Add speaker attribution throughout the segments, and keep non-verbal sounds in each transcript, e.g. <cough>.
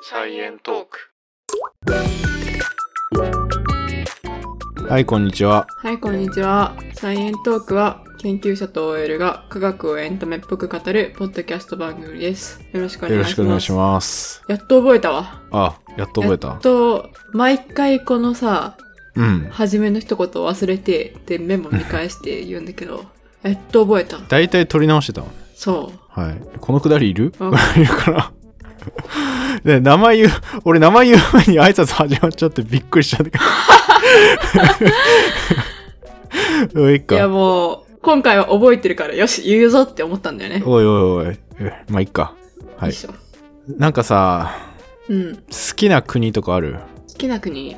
Speaker 1: サイエントーク。
Speaker 2: はい、こんにちは。
Speaker 1: はい、こんにちは。サイエントークは、研究者と OL が科学をエンタメっぽく語るポッドキャスト番組です。よろしくお
Speaker 2: よ
Speaker 1: 願いし
Speaker 2: ろし
Speaker 1: ます。
Speaker 2: くお願いします。
Speaker 1: やっと覚えたわ。
Speaker 2: あ、やっと覚えた。
Speaker 1: やっと、毎回このさ、
Speaker 2: うん。
Speaker 1: 初めの一言を忘れて、で、メモ見返して言うんだけど、 <laughs> やっと覚えた。
Speaker 2: だいたい取り直してたの。
Speaker 1: そう。
Speaker 2: はい。このくだりいる <laughs>
Speaker 1: うん
Speaker 2: いるから。ね、名前言う、俺名前言う前に挨拶始まっちゃってびっくりしちゃった <laughs> けど。おいいっ
Speaker 1: いや
Speaker 2: か。
Speaker 1: もう、今回は覚えてるから、よし、言うぞって思ったんだよね。
Speaker 2: おいおいおい。えまあ、いっか。はい
Speaker 1: いしょ。
Speaker 2: なんかさ、
Speaker 1: うん。
Speaker 2: 好きな国とかある
Speaker 1: 好きな国。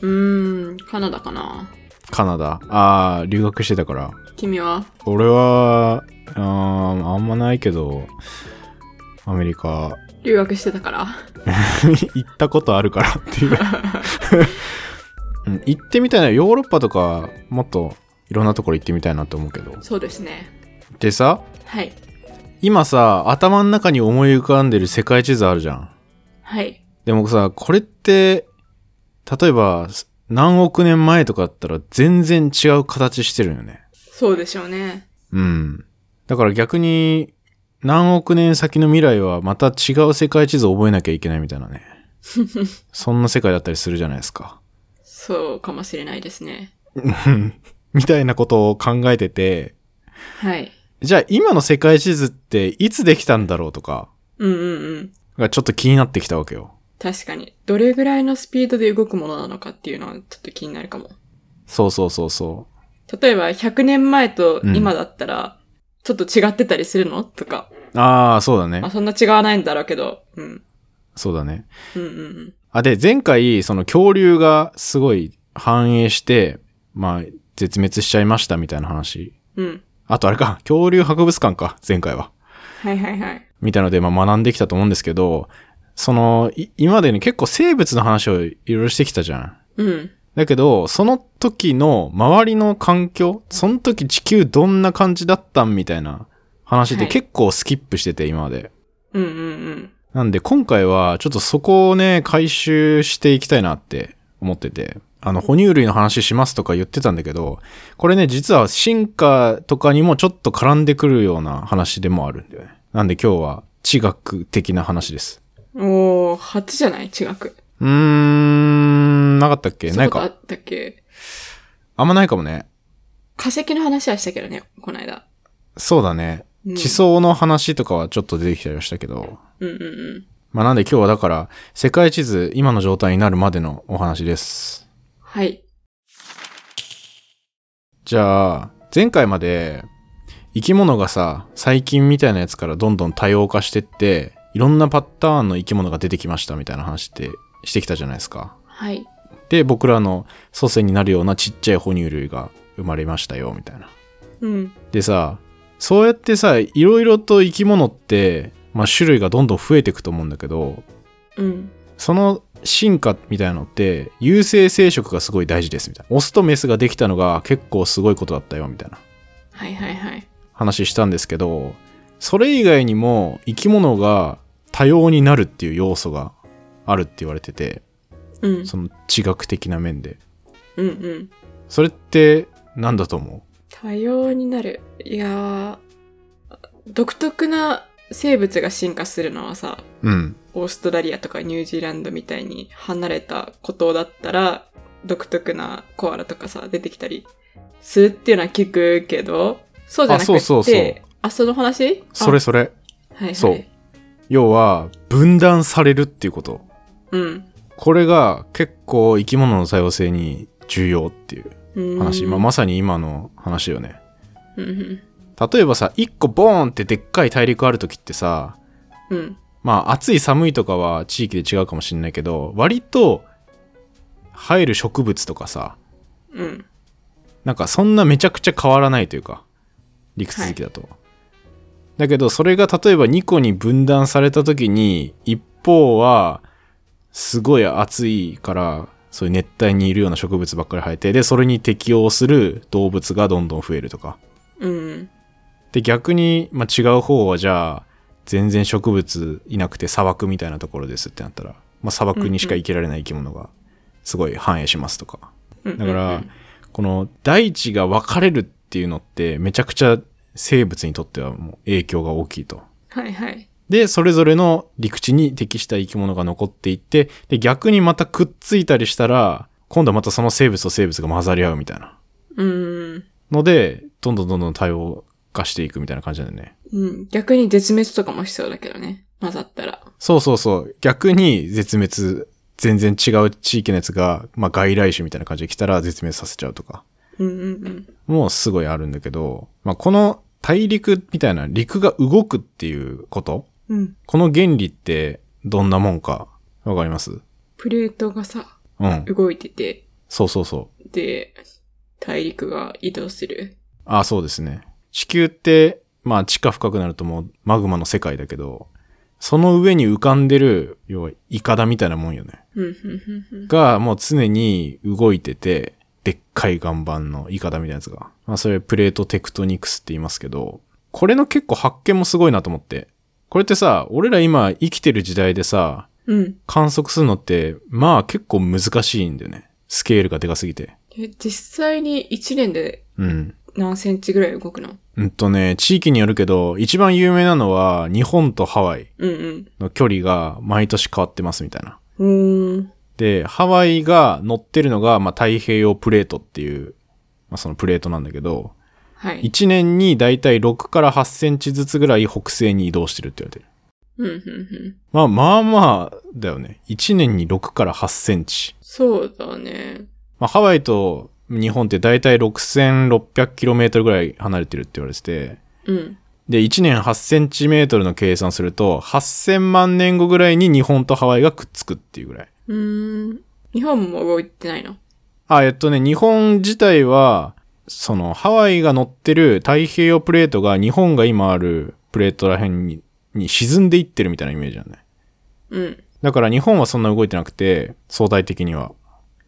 Speaker 1: うーん、カナダかな。
Speaker 2: カナダ。あー、留学してたから。
Speaker 1: 君は
Speaker 2: 俺は、あーあんまないけど、アメリカ、
Speaker 1: 留学してたから。
Speaker 2: <laughs> 行ったことあるからっていう、 <laughs> うん行ってみたいなヨーロッパとかもっといろんなところ行ってみたいなと思うけど
Speaker 1: そうですね。
Speaker 2: でさ
Speaker 1: はい。
Speaker 2: 今さ頭の中に思い浮かんでる世界地図あるじゃん
Speaker 1: はい。
Speaker 2: でもさこれって例えば何億年前とかだったら全然違う形してるよね
Speaker 1: そうでしょうね。
Speaker 2: うんだから逆に何億年先の未来はまた違う世界地図を覚えなきゃいけないみたいなねそんな世界だったりするじゃないですか
Speaker 1: そうかもしれないですね。
Speaker 2: うんみたいなことを考えてて、
Speaker 1: はい。
Speaker 2: じゃあ今の世界地図っていつできたんだろうとか、
Speaker 1: うんうんうん。
Speaker 2: がちょっと気になってきたわけよ。
Speaker 1: 確かに。どれぐらいのスピードで動くものなのかっていうのはちょっと気になるかも。
Speaker 2: そうそうそうそ
Speaker 1: 例えば100年前と今だったら、ちょっと違ってたりするのとか。
Speaker 2: う。ああ、そうだね
Speaker 1: まあ。そんな違わないんだろうけど。うん。
Speaker 2: そうだね。
Speaker 1: うんうんうん。
Speaker 2: あ、で、前回、その恐竜がすごい繁栄して、まあ、絶滅しちゃいましたみたいな話。
Speaker 1: うん。
Speaker 2: あとあれか、恐竜博物館か、前回は。
Speaker 1: はいはいはい。
Speaker 2: みたいので、まあ学んできたと思うんですけど、その、い今までね、結構生物の話をいろいろしてきたじゃん。
Speaker 1: うん。
Speaker 2: だけど、その時の周りの環境、その時地球どんな感じだったんみたいな話
Speaker 1: は
Speaker 2: で
Speaker 1: い
Speaker 2: 結構スキップしてて、今まで。
Speaker 1: うんうんうん。
Speaker 2: なんで今回はちょっとそこをね、回収していきたいなって思ってて。あの、哺乳類の話しますとか言ってたんだけど、これね、実は進化とかにもちょっと絡んでくるような話でもあるんだよね。なんで今日は地学的な話です。
Speaker 1: おー、初じゃない違く。
Speaker 2: うーん、なかったっけ
Speaker 1: そん
Speaker 2: な
Speaker 1: ないことあ
Speaker 2: か。
Speaker 1: ったっけ
Speaker 2: あんまないかもね。
Speaker 1: 化石の話はしたけどね、この間。
Speaker 2: そうだね。
Speaker 1: うん
Speaker 2: 地層の話とかはちょっと出てきたりはしたけど、
Speaker 1: うんうんうん。
Speaker 2: まあなんで今日はだから世界地図今の状態になるまでのお話です。
Speaker 1: はい。
Speaker 2: じゃあ前回まで生き物がさ細菌みたいなやつからどんどん多様化してっていろんなパターンの生き物が出てきましたみたいな話ってしてきたじゃないですか。
Speaker 1: はい。
Speaker 2: で僕らの祖先になるようなちっちゃい哺乳類が生まれましたよみたいな。
Speaker 1: うん。
Speaker 2: でさそうやってさいろいろと生き物って、まあ、種類がどんどん増えていくと思うんだけど
Speaker 1: うん。
Speaker 2: その進化みたいなのって、有性生殖がすごい大事ですみたいな。オスとメスができたのが結構すごいことだったよみたいな
Speaker 1: はいはいはい。
Speaker 2: 話したんですけど、それ以外にも生き物が多様になるっていう要素があるって言われてて、
Speaker 1: うん。
Speaker 2: その地学的な面で。
Speaker 1: うんうん。
Speaker 2: それって何だと思
Speaker 1: 多様になる。いやー、独特な生物が進化するのはさ、
Speaker 2: ううん。
Speaker 1: オーストラリアとかニュージーランドみたいに離れた孤島だったら、独特なコアラとかさ、出てきたりするっていうのは聞くけど、そうじゃなくて、
Speaker 2: あそうそうそう
Speaker 1: あ、その話
Speaker 2: それ
Speaker 1: あ
Speaker 2: それ。
Speaker 1: はい、はい。
Speaker 2: そう。要は、分断されるっていうこと。
Speaker 1: うん。
Speaker 2: これが結構生き物の多様性に重要っていう
Speaker 1: うーん
Speaker 2: 話。まあ、まさに今の話よね。
Speaker 1: うんうん。
Speaker 2: 例えばさ1個ボーンってでっかい大陸ある時ってさ
Speaker 1: うん。
Speaker 2: まあ暑い寒いとかは地域で違うかもしんないけど割と生える植物とかさ
Speaker 1: うん。
Speaker 2: なんかそんなめちゃくちゃ変わらないというか陸続きだと、だけどそれが例えば2個に分断された時に一方はすごい暑いからそういう熱帯にいるような植物ばっかり生えてでそれに適応する動物がどんどん増えるとか
Speaker 1: うん。
Speaker 2: で逆に、まあ、違う方はじゃあ全然植物いなくて砂漠みたいなところですってなったら、まあ、砂漠にしか生きられない生き物がすごい繁栄しますとか。
Speaker 1: うん
Speaker 2: だか
Speaker 1: うんう
Speaker 2: ら
Speaker 1: ん、
Speaker 2: この大地が分かれるっていうのってめちゃくちゃ生物にとってはもう影響が大きいと。
Speaker 1: はいはい。
Speaker 2: で、それぞれの陸地に適した生き物が残っていって、で、逆にまたくっついたりしたら、今度はまたその生物と生物が混ざり合うみたいな。
Speaker 1: うん。
Speaker 2: ので、どんどんどんどん多様化していくみたいな感じなんだよね。
Speaker 1: うん。逆に絶滅とかも必要だけどね。混ざったら。
Speaker 2: そうそうそう。逆に絶滅、全然違う地域のやつが、まあ外来種みたいな感じで来たら絶滅させちゃうとか。
Speaker 1: うんうんうん。
Speaker 2: もうすごいあるんだけど、まあ、この大陸みたいな陸が動くっていうこと
Speaker 1: うん。
Speaker 2: この原理ってどんなもんかわかります
Speaker 1: プレートがさ、
Speaker 2: うん。
Speaker 1: 動いてて、
Speaker 2: そうそうそう。
Speaker 1: で、大陸が移動する。
Speaker 2: ああ、そうですね。地球って、まあ地下深くなるともうマグマの世界だけど、その上に浮かんでる、要はイカダみたいなもんよね。
Speaker 1: うん、うん、うん、うん。
Speaker 2: がもう常に動いてて、でっかい岩盤のイカダみたいなやつが。まあそれプレートテクトニクスって言いますけど、これの結構発見もすごいなと思って。これってさ、俺ら今生きてる時代でさ、
Speaker 1: うん。
Speaker 2: 観測するのって、まあ結構難しいんだよね。スケールがでかすぎて。
Speaker 1: え、実際に1年で
Speaker 2: うん。
Speaker 1: 何センチぐらい動くの
Speaker 2: うんとね、地域によるけど、一番有名なのは日本とハワイ
Speaker 1: うんうん。
Speaker 2: の距離が毎年変わってますみたいな。
Speaker 1: うーん。
Speaker 2: で、ハワイが乗ってるのが、まあ太平洋プレートっていう、まあそのプレートなんだけど、
Speaker 1: はい。
Speaker 2: 1年にだいたい6から8センチずつぐらい北西に移動してるって言われてる。
Speaker 1: うん、うん、うん。
Speaker 2: まあまあまあだよね。1年に6から8センチ。
Speaker 1: そうだね。
Speaker 2: まあハワイと日本ってだいたい 6600km ぐらい離れてるって言われてて、
Speaker 1: うん。
Speaker 2: で、1年8センチメートルの計算すると、8000万年後ぐらいに日本とハワイがくっつくっていうぐらい。
Speaker 1: うーん。日本も動いてないの
Speaker 2: あ、えっとね、日本自体は、その、ハワイが乗ってる太平洋プレートが日本が今あるプレートら辺にに沈んでいってるみたいなイメージだね。
Speaker 1: うん。
Speaker 2: だから日本はそんな動いてなくて、相対的には。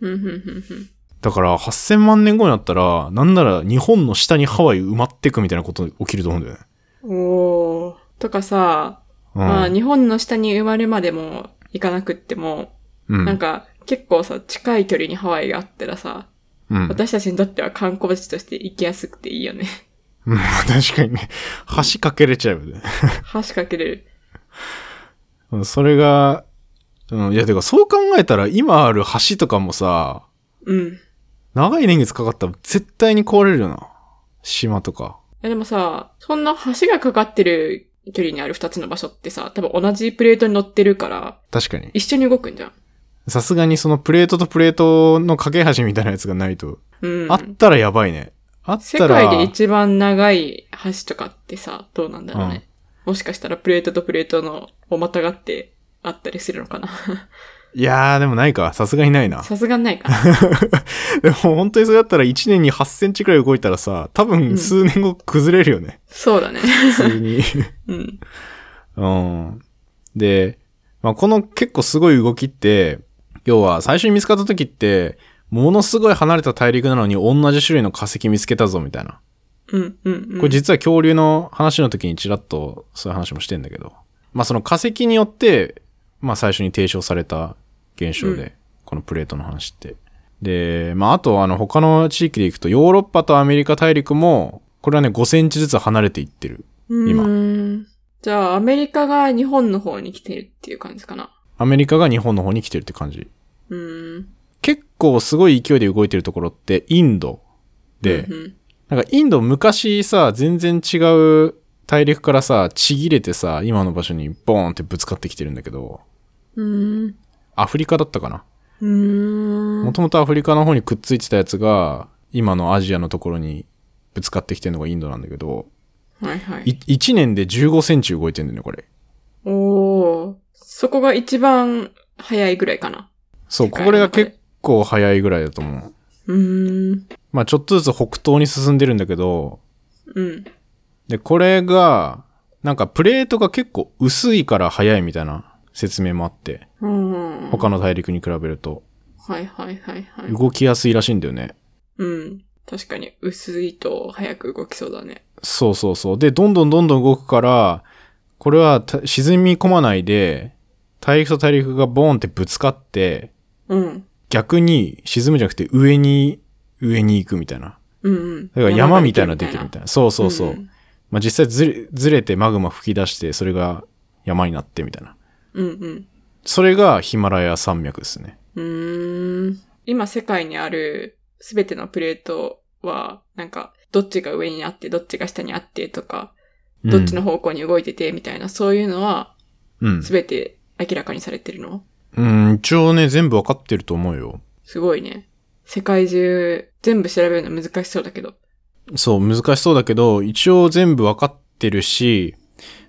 Speaker 1: うん、うん、うん、うん。
Speaker 2: だから8000万年後になったら、なんなら日本の下にハワイ埋まってくみたいなこと起きると思うんだよね。
Speaker 1: おー。とかさ、
Speaker 2: うん。
Speaker 1: まあ日本の下に生まれまでも行かなくっても、
Speaker 2: うん、
Speaker 1: なんか結構さ、近い距離にハワイがあったらさ、
Speaker 2: うん、
Speaker 1: 私たちにとっては観光地として行きやすくていいよ
Speaker 2: <laughs>
Speaker 1: ね。
Speaker 2: うん <laughs> 確かにね、橋かけれちゃうよね。
Speaker 1: 橋かけれる。
Speaker 2: うんそれが、うん、いや、てかそう考えたら今ある橋とかもさ、
Speaker 1: うん。い
Speaker 2: 長い年月かかったら絶対に壊れるよな。島とか。
Speaker 1: やでもさ、そんな橋がかかってる距離にある二つの場所ってさ、多分同じプレートに乗ってるから、
Speaker 2: 確かに。
Speaker 1: 一緒に動くんじゃん。
Speaker 2: さすがにそのプレートとプレートの架け橋みたいなやつがないと。
Speaker 1: うん。
Speaker 2: あったらやばいね。あっ
Speaker 1: 世
Speaker 2: たら。
Speaker 1: 界で一番長い橋とかってさ、どうなんだろうね。もしかしたらプレートとプレートのをまたがってあったりするのかな。
Speaker 2: いやー、でもないか。さすがにないな。
Speaker 1: さすがにない
Speaker 2: <laughs>
Speaker 1: かな。
Speaker 2: でも本当にそれだったら1年に8センチくらい動いたらさ、多
Speaker 1: う
Speaker 2: 分
Speaker 1: ん
Speaker 2: 数年後崩れるよね。
Speaker 1: そうだね。
Speaker 2: 普通
Speaker 1: <laughs>
Speaker 2: に。
Speaker 1: うん。
Speaker 2: うん。で、まあ、この結構すごい動きって、要は最初に見つかった時って、ものすごい離れた大陸なのに同じ種類の化石見つけたぞみたいな。
Speaker 1: うん、うん、うん。
Speaker 2: これ実は恐竜の話の時にちらっとそういう話もしてんだけど、まあその化石によって、まあ最初に提唱された現象で、
Speaker 1: うん
Speaker 2: このプレートの話って。で、まああとあの他の地域で行くとヨーロッパとアメリカ大陸も、これはね5センチずつ離れていってる。今
Speaker 1: 今。じゃあ、アメリカが日本の方に来てるっていう感じかな。
Speaker 2: アメリカが日本の方に来てるって感じ。
Speaker 1: うーん。
Speaker 2: 結構すごい勢いで動いてるところってインドで、
Speaker 1: うん
Speaker 2: なんかインド昔さ、全然違う大陸からさ、ちぎれてさ、今の場所にボーンってぶつかってきてるんだけど、
Speaker 1: うん。
Speaker 2: アフリカだったかな
Speaker 1: うーん。
Speaker 2: もともとアフリカの方にくっついてたやつが、今のアジアのところにぶつかってきてるのがインドなんだけど、
Speaker 1: はいはい。
Speaker 2: 1年で15センチ動いてんだよね、これ。
Speaker 1: おお。そこが一番早いぐらいかな。
Speaker 2: そう、
Speaker 1: 世
Speaker 2: こ
Speaker 1: 界の
Speaker 2: れが
Speaker 1: 中で
Speaker 2: 結構早いぐらいだと思う。
Speaker 1: うーん。
Speaker 2: まあちょっとずつ北東に進んでるんだけど、
Speaker 1: うん。
Speaker 2: で、これが、なんかプレートが結構薄いから早いみたいな説明もあって、
Speaker 1: うん。
Speaker 2: 他の大陸に比べると
Speaker 1: はいはいはいはい。
Speaker 2: 動きやすいらしいんだよね。
Speaker 1: うん。確かに、薄いと早く動きそうだね。
Speaker 2: そうそうそう。で、どんどんどんどん動くから、これはた沈み込まないで、大陸と大陸がボーンってぶつかって、
Speaker 1: うん。
Speaker 2: 逆に沈むじゃなくて上に、上に行くみたいな。
Speaker 1: うんうん。
Speaker 2: だから山みたいなのできるみたいな。そうそうそう。
Speaker 1: うん
Speaker 2: まあ実際ずれ、ずれてマグマ吹き出して、それが山になってみたいな。
Speaker 1: うんうん。
Speaker 2: それがヒマラヤ山脈ですね。
Speaker 1: うーん。今世界にあるすべてのプレートは、なんか、どっちが上にあって、どっちが下にあってとか、どっちの方向に動いててみたいな、そういうのは
Speaker 2: うん。
Speaker 1: すべて明らかにされてるの
Speaker 2: うん、一応ね、全部わかってると思うよ。
Speaker 1: すごいね。世界中、全部調べるの難しそうだけど。
Speaker 2: そう、難しそうだけど、一応全部わかってるし、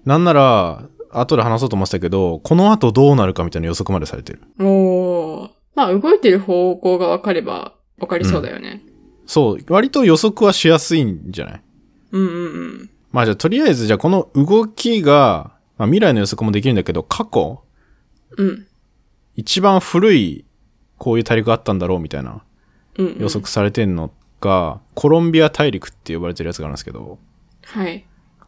Speaker 2: なんなら、後で話そうと思ってたけど、この後どうなるかみたいな予測までされてる。
Speaker 1: おー。まあ、動いてる方向がわかれば、わかりそうだよね。
Speaker 2: そう、割と予測はしやすいんじゃない
Speaker 1: うん、うん、うん。
Speaker 2: まあじゃあとりあえず、じゃあこの動きが、まあ未来の予測もできるんだけど、過去、
Speaker 1: うん。
Speaker 2: 一番古い、こういう大陸があったんだろうみたいな
Speaker 1: うん、うん。
Speaker 2: 予測されてんのが、コロンビア大陸って呼ばれてるやつがあるんですけど、
Speaker 1: はい。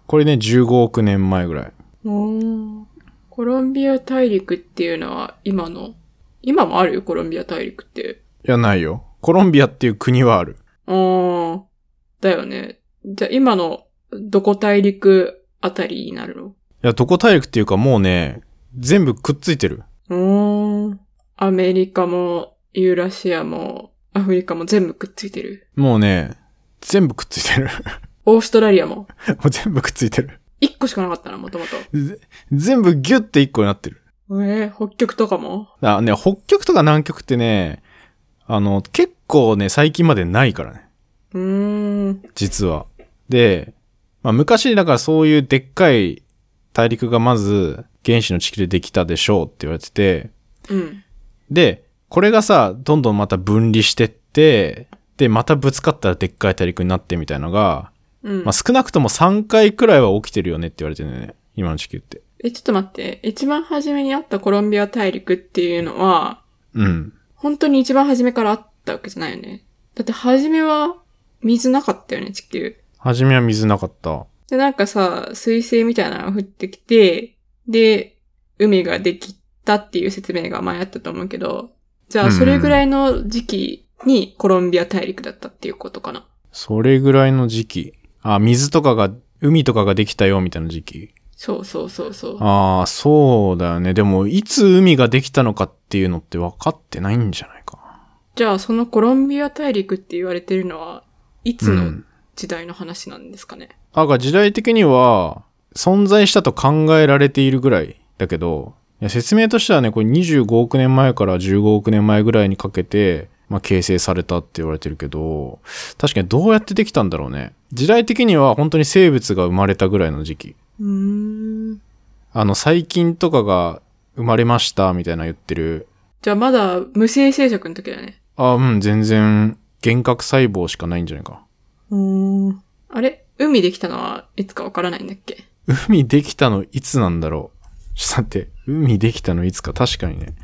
Speaker 2: これね、15億年前ぐらい。
Speaker 1: おー。コロンビア大陸っていうのは、今の、今もあるコロンビア大陸って。
Speaker 2: いや、ないよ。コロンビアっていう国はある。
Speaker 1: おー。だよね。じゃあ、今の、どこ大陸あたりになるの
Speaker 2: いや、どこ大陸っていうかもうね、全部くっついてる。
Speaker 1: おー。アメリカも、ユーラシアも、アフリカも全部くっついてる。
Speaker 2: もうね、全部くっついてる。 <laughs>
Speaker 1: オーストラリアも、
Speaker 2: もう全部くっついてる。
Speaker 1: 一個しかなかったな、もともと。
Speaker 2: ぜ全部ギュって一個になってる。
Speaker 1: えー、北極とかも
Speaker 2: あ、ね、北極とか南極ってね、あの、結構ね、最近までないからね。
Speaker 1: うーん。
Speaker 2: 実は。で、まあ、昔だからそういうでっかい大陸がまず原始の地球でできたでしょうって言われてて、
Speaker 1: うん。
Speaker 2: で、これがさ、どんどんまた分離してって、で、またぶつかったらでっかい大陸になってみたいのが、
Speaker 1: うん。
Speaker 2: まあ、少なくとも3回くらいは起きてるよねって言われてるんだよね。今の地球って。
Speaker 1: え、ちょっと待って。一番初めにあったコロンビア大陸っていうのは、
Speaker 2: うん。
Speaker 1: 本当に一番初めからあったわけじゃないよね。だって初めは水なかったよね、地球。
Speaker 2: 初めは水なかった。
Speaker 1: で、なんかさ、水星みたいなのが降ってきて、で、海ができたっていう説明が前あったと思うけど、じゃ
Speaker 2: う
Speaker 1: あ
Speaker 2: んうん
Speaker 1: それぐらいの時期にコロンビア大陸だったっていうことかな。
Speaker 2: それぐらいの時期。あ、水とかが、海とかができたよみたいな時期。
Speaker 1: そうそうそうそう。
Speaker 2: ああ、そうだよね。でも、いつ海ができたのかっていうのって分かってないんじゃないか。
Speaker 1: じゃあそのコロンビア大陸って言われてるのは、いつ
Speaker 2: う
Speaker 1: の
Speaker 2: ん。
Speaker 1: 時代の話なんですかね。
Speaker 2: あが時代的には、存在したと考えられているぐらいだけど、いや説明としてはね、これ25億年前から15億年前ぐらいにかけて、まあ、形成されたって言われてるけど、確かにどうやってできたんだろうね。時代的には本当に生物が生まれたぐらいの時期。
Speaker 1: うーん。
Speaker 2: あの、細菌とかが生まれましたみたいな言ってる。
Speaker 1: じゃあまだ無性生殖の時だね。
Speaker 2: あ、うん、全然、幻覚細胞しかないんじゃないか。
Speaker 1: うん。あれ海できたのはいつかわからないんだっけ
Speaker 2: 海できたのいつなんだろう。ちょっと待って、海できたのいつか、確かにね。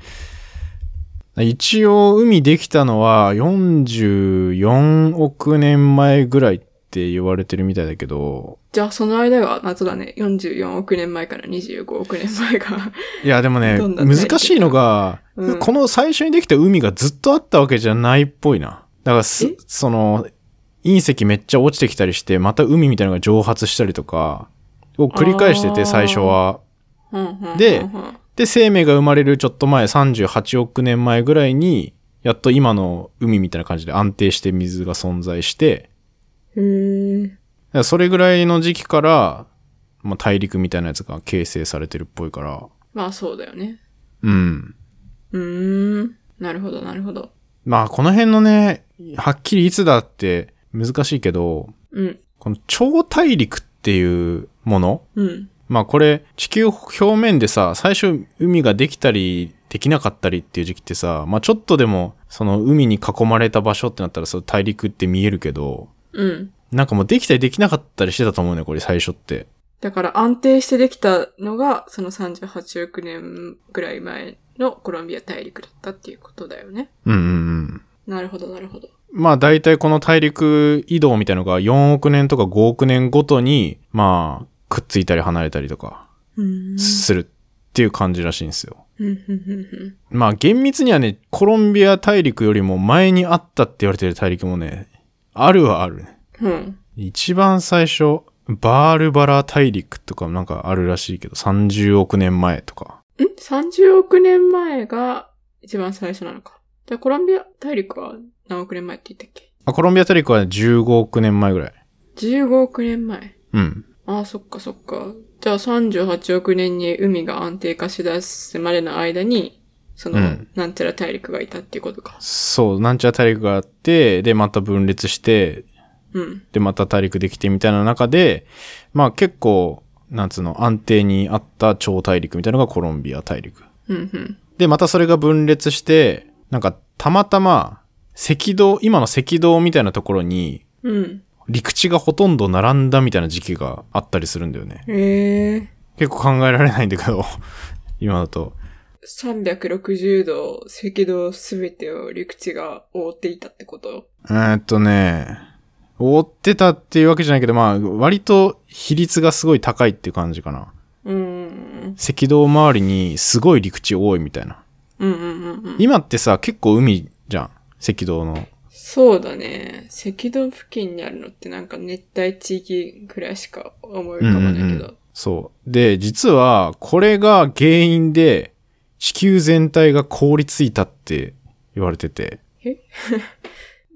Speaker 2: 一応、海できたのは44億年前ぐらいって言われてるみたいだけど、
Speaker 1: じゃあその間が謎だね。44億年前から25億年前が。
Speaker 2: いや、でもね、
Speaker 1: どんな大陸
Speaker 2: 難しいのが、
Speaker 1: うん
Speaker 2: この最初にできた海がずっとあったわけじゃないっぽいな。だからす
Speaker 1: え、
Speaker 2: その、隕石めっちゃ落ちてきたりして、また海みたいなのが蒸発したりとか、を繰り返して
Speaker 1: あー
Speaker 2: て、最初は。
Speaker 1: <laughs> うんうんうんうん
Speaker 2: でで、生命が生まれるちょっと前、38億年前ぐらいに、やっと今の海みたいな感じで安定して水が存在して、
Speaker 1: へ
Speaker 2: だ
Speaker 1: ー
Speaker 2: からそれぐらいの時期から、まあ、大陸みたいなやつが形成されてるっぽいから、
Speaker 1: まあそうだよね。
Speaker 2: うん。
Speaker 1: うーん。なるほど、なるほど。
Speaker 2: まあ、この辺のね、はっきりいつだって難しいけど、
Speaker 1: うん。
Speaker 2: この超大陸っていうもの、
Speaker 1: うん。
Speaker 2: まあこれ地球表面でさ、最初海ができたりできなかったりっていう時期ってさ、まあちょっとでもその海に囲まれた場所ってなったらその大陸って見えるけど、
Speaker 1: うん。
Speaker 2: なんかもうできたりできなかったりしてたと思うね、これ最初って。
Speaker 1: だから安定してできたのが、その38億年ぐらい前のコロンビア大陸だったっていうことだよね。
Speaker 2: うんうんうん。
Speaker 1: なるほど、なるほど。
Speaker 2: まあ大体この大陸移動みたいのが4億年とか5億年ごとに、まあくっついたり離れたりとか。
Speaker 1: ううん。
Speaker 2: するっていう感じらしいんですよ。
Speaker 1: うんうんうん
Speaker 2: まあ厳密にはね、コロンビア大陸よりも前にあったって言われてる大陸もね、あるはあるね。
Speaker 1: うんうん。
Speaker 2: 一番最初、バールバラ大陸とかなんかあるらしいけど、30億年前とか。
Speaker 1: ん ?30 億年前が一番最初なのか。じゃあコロンビア大陸は何億年前って言ったっけ
Speaker 2: あコロンビア大陸は15億年前ぐらい。
Speaker 1: ?15 億年前。
Speaker 2: うん。
Speaker 1: ああ、そっかそっか。じゃあ38億年に海が安定化しだすまでの間に、その、
Speaker 2: うん
Speaker 1: なんちゃら大陸がいたっていうことか。
Speaker 2: そう、なんちゃら大陸があって、で、また分裂して、
Speaker 1: うん。
Speaker 2: で、また大陸できてみたいな中で、まあ結構、なんつうの、安定にあった超大陸みたいなのがコロンビア大陸。
Speaker 1: うんうん。
Speaker 2: で、またそれが分裂して、なんかたまたま、赤道、今の赤道みたいなところに、
Speaker 1: うん。
Speaker 2: 陸地がほとんど並んだみたいな時期があったりするんだよね。
Speaker 1: ええ
Speaker 2: 結構考えられないんだけど、 <laughs> 今だと。
Speaker 1: 360度、赤道すべてを陸地が覆っていたってこと
Speaker 2: えーっとね、覆ってたっていうわけじゃないけど、まあ、割と比率がすごい高いっていう感じかな。
Speaker 1: うんうん
Speaker 2: 赤道周りにすごい陸地多いみたいな。
Speaker 1: うん。うんうんうんうん。
Speaker 2: 今ってさ、結構海じゃん。赤道の。
Speaker 1: そうだね。赤道付近にあるのってなんか熱帯地域ぐらいしか思い浮かばないけ
Speaker 2: うんうんう
Speaker 1: ど
Speaker 2: ん。そう。で、実は、これが原因で、地球全体が凍りついたって言われてて。